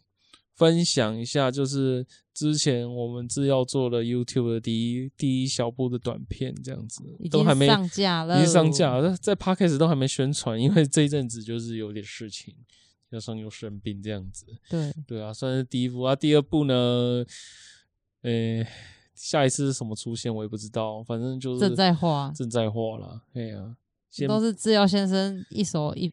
A: 分享一下，就是之前我们制药做了 YouTube 的第一第一小部的短片，这样子
B: 已
A: 都
B: 经
A: 还没
B: 上架了，
A: 已经上架，了，在 Podcast 都还没宣传，因为这一阵子就是有点事情，加上又生病这样子，
B: 对，
A: 对啊，算是第一部啊。第二部呢，呃，下一次是什么出现我也不知道，反正就是
B: 正在画，
A: 正在画啦，哎呀、先
B: 都是制药先生一手一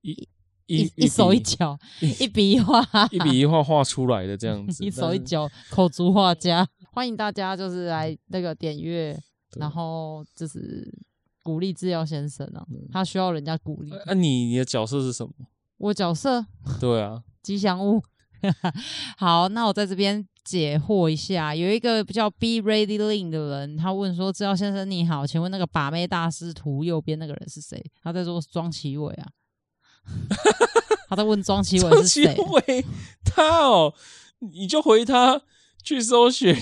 B: 一
A: [laughs] 一
B: 一手一
A: 笔
B: 脚一笔画，
A: 一笔一画画出来的
B: [laughs]
A: 这样子，
B: 一手一
A: 但是嗯
B: 脚口足画家，欢迎大家就是来那个点阅，
A: 对
B: 然后就是鼓励制药先生啊，他需要人家鼓励。
A: 啊，你你的角色是什么？
B: 我角色
A: 对啊，
B: 吉祥物， [laughs] 好，那我在这边解惑一下，有一个叫 B Ready Lin 的人，他问说：“制药先生你好，请问那个把妹大师图右边那个人是谁？”他在说庄奇伟
A: [laughs]
B: 啊，他在问庄奇伟
A: 张
B: 是
A: 奇
B: 谁？啊
A: 伟，他哦，你就回他去搜寻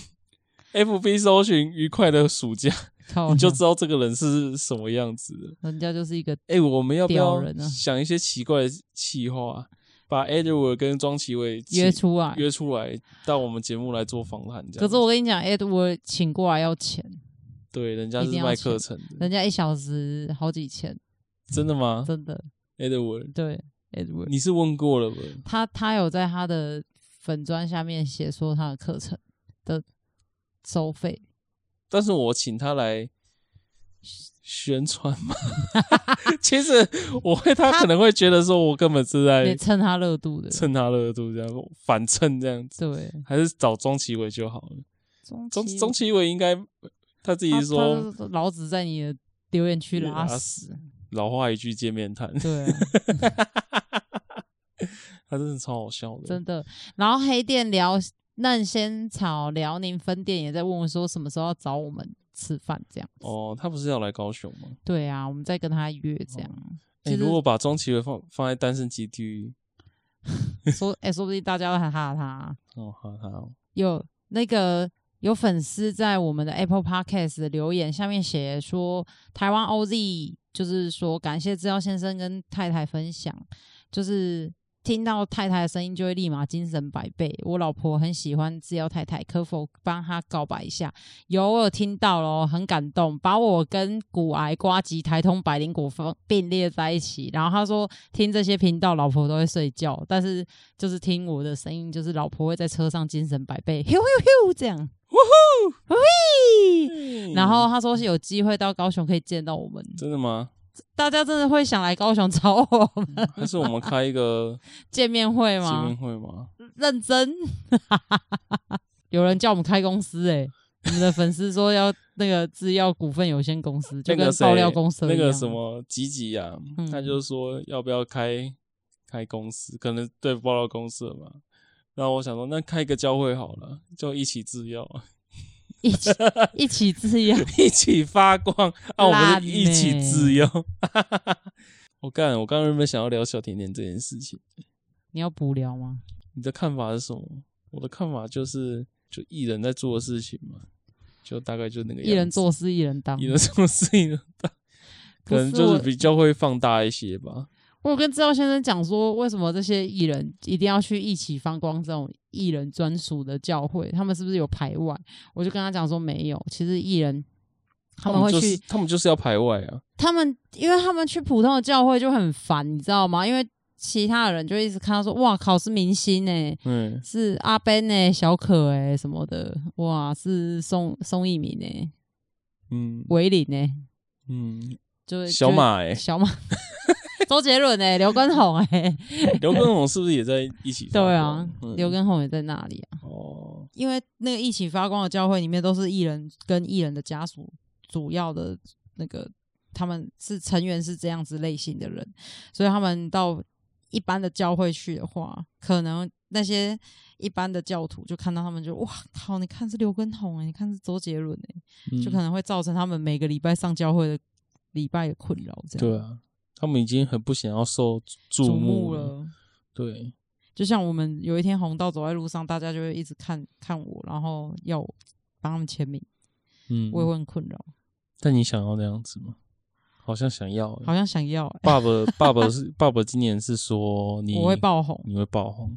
A: FB 搜寻愉快的暑假，
B: 靠
A: 你就
B: 腰，
A: 知道这个人是什么样子了。
B: 人家就是一个
A: 哎、我们要不
B: 屌
A: 要
B: 人啊嗯
A: 想一些奇怪的企划啊、把 Edward 跟庄奇伟请
B: 约出来。
A: 约出来到我们节目来做访谈？这样
B: 可是我跟你讲，Edward 请过来要钱，
A: 对人家
B: 一
A: 是
B: 定要
A: 卖
B: 请
A: 课程的，
B: 人家一小时好几千，
A: 真的吗
B: 真的
A: ？Edward
B: 对。 Edward，
A: 你是问过了吧？
B: 他他有在他的粉砖下面写说他的课程的收费，
A: 但是我请他来宣传
B: [laughs]
A: 嘛。其实我会，他可能会觉得说我根本是在
B: 也蹭他热度的。
A: 哎蹭他热度，这样反蹭这样子，
B: 对，
A: 还是找钟奇伟就好了。
B: 中
A: 钟钟奇伟应该他自己
B: 他
A: 说
B: 他是老子在你的留言区
A: 拉
B: 拉
A: 屎
B: 屎，
A: 老话一句见面谈，
B: 对啊、
A: 他真的超好笑的。
B: 真的。然后黑店聊嫩仙草辽宁分店也在问我说什么时候要找我们吃饭这样。
A: 哦，他不是要来高雄吗？
B: 对啊，我们再跟他约这样。
A: 哎、
B: 其实
A: 如果把钟奇伟放放在单身级地狱，
B: 说哎、说不定大家都很哈他。
A: 哦，好好好，
B: 有那个有粉丝在我们的 Apple Podcast 的留言下面写说，台湾 OZ 就是说感谢资料先生跟太太分享，就是。听到太太的声音就会立马精神百倍。我老婆很喜欢制药太太，可否帮她告白一下？有，我有听到咯，很感动，把我跟骨癌、瓜吉、台通、百灵果放并列在一起。然后他说，听这些频道，老婆都会睡觉，但是就是听我的声音，就是老婆会在车上精神百倍， [laughs] 咻咻咻这样。喂嗯
A: 嗯
B: 然后他说是有机会到高雄可以见到我们，
A: 真的吗？
B: 大家真的会想来高雄找我们 [laughs]
A: 还是我们开一个
B: 见面会
A: 见
B: 吗
A: 面？会吗？
B: 认真， [laughs] 有人叫我们开公司哎、我们的粉丝说要那个制药股份有限公司，就
A: 那个
B: 跟爆
A: 谁，
B: 料公司
A: 那个什么吉吉呀、
B: 嗯
A: 他就说要不要开开公司，可能对爆料公司了嘛。然后我想说，那开个教会好了，就一起制药，
B: 一起一起制药，
A: [laughs]
B: [laughs]
A: 一起发光啊！我们
B: 烂
A: 是一起
B: 欸
A: 制药。 [laughs] 我干，我刚原本想要聊小甜甜这件事情，
B: 你要补聊吗？
A: 你的看法是什么？我的看法就是，就艺人在做的事情嘛，就大概就那个
B: 一人
A: 样子
B: 做事一人当
A: 艺，人做事情的大，
B: [laughs] 不
A: 可能
B: 是
A: 就是
B: 我
A: 比较会放大一些吧。
B: 我有跟制药先生讲说，为什么这些艺人一定要去一起放光这种艺人专属的教会？他们是不是有排外？我就跟他讲说没有，其实艺人他们会
A: 哦就
B: 去
A: 是，他们就是要排外啊。
B: 他们因为他们去普通的教会就很烦，你知道吗？因为其他的人就一直看到说，哇靠，是明星呢、
A: 嗯，
B: 是阿 Ben 呢、小可哎、什么的，哇，是宋宋一鸣呢、
A: 嗯
B: 维林呢、欸
A: 嗯，
B: 就是
A: 小马哎、
B: 小马、 [laughs] 周杰伦哎、刘畊宏哎、
A: 刘畊宏是不是也在一
B: [laughs]
A: 起发
B: 对
A: 光？
B: 啊，刘
A: 嗯、
B: 畊宏也在那里啊。
A: 哦，
B: 因为那个一起发光的教会里面都是艺人跟艺人的家属，主要的那个他们是成员是这样子类型的人，所以他们到一般的教会去的话，可能那些一般的教徒就看到他们就哇靠，你看是刘畊宏哎，你看是周杰伦哎、
A: 嗯
B: 就可能会造成他们每个礼拜上教会的礼拜的困扰，这样
A: 对啊，他们已经很不想要受注
B: 瞩目
A: 了。
B: 了。
A: 对，
B: 就像我们有一天红到走在路上，大家就会一直看看我，然后要我帮他们签名，
A: 嗯，
B: 我也会很困扰。
A: 但你想要那样子吗？好像想要欸、
B: 好像想要、欸，
A: 爸 [laughs] 爸，爸爸是爸爸，今年是说你
B: 我会
A: [laughs]
B: 爆红，
A: 你会爆红，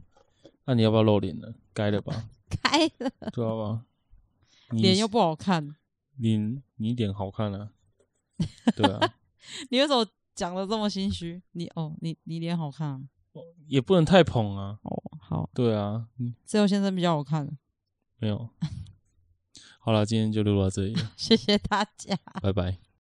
A: 那你要不要露脸呢？该了吧，
B: 开了
A: 知道吧？你
B: 脸又不好看，
A: 你你脸好看啊，对啊，
B: 你为什么讲的这么心虚？你哦，你你脸好看啊
A: 也不能太捧啊，
B: 哦，好，
A: 对啊，嗯，
B: 自由先生比较好看，
A: [laughs] 没有。好了，今天就录到这里了，
B: 谢谢大家。
A: 拜拜。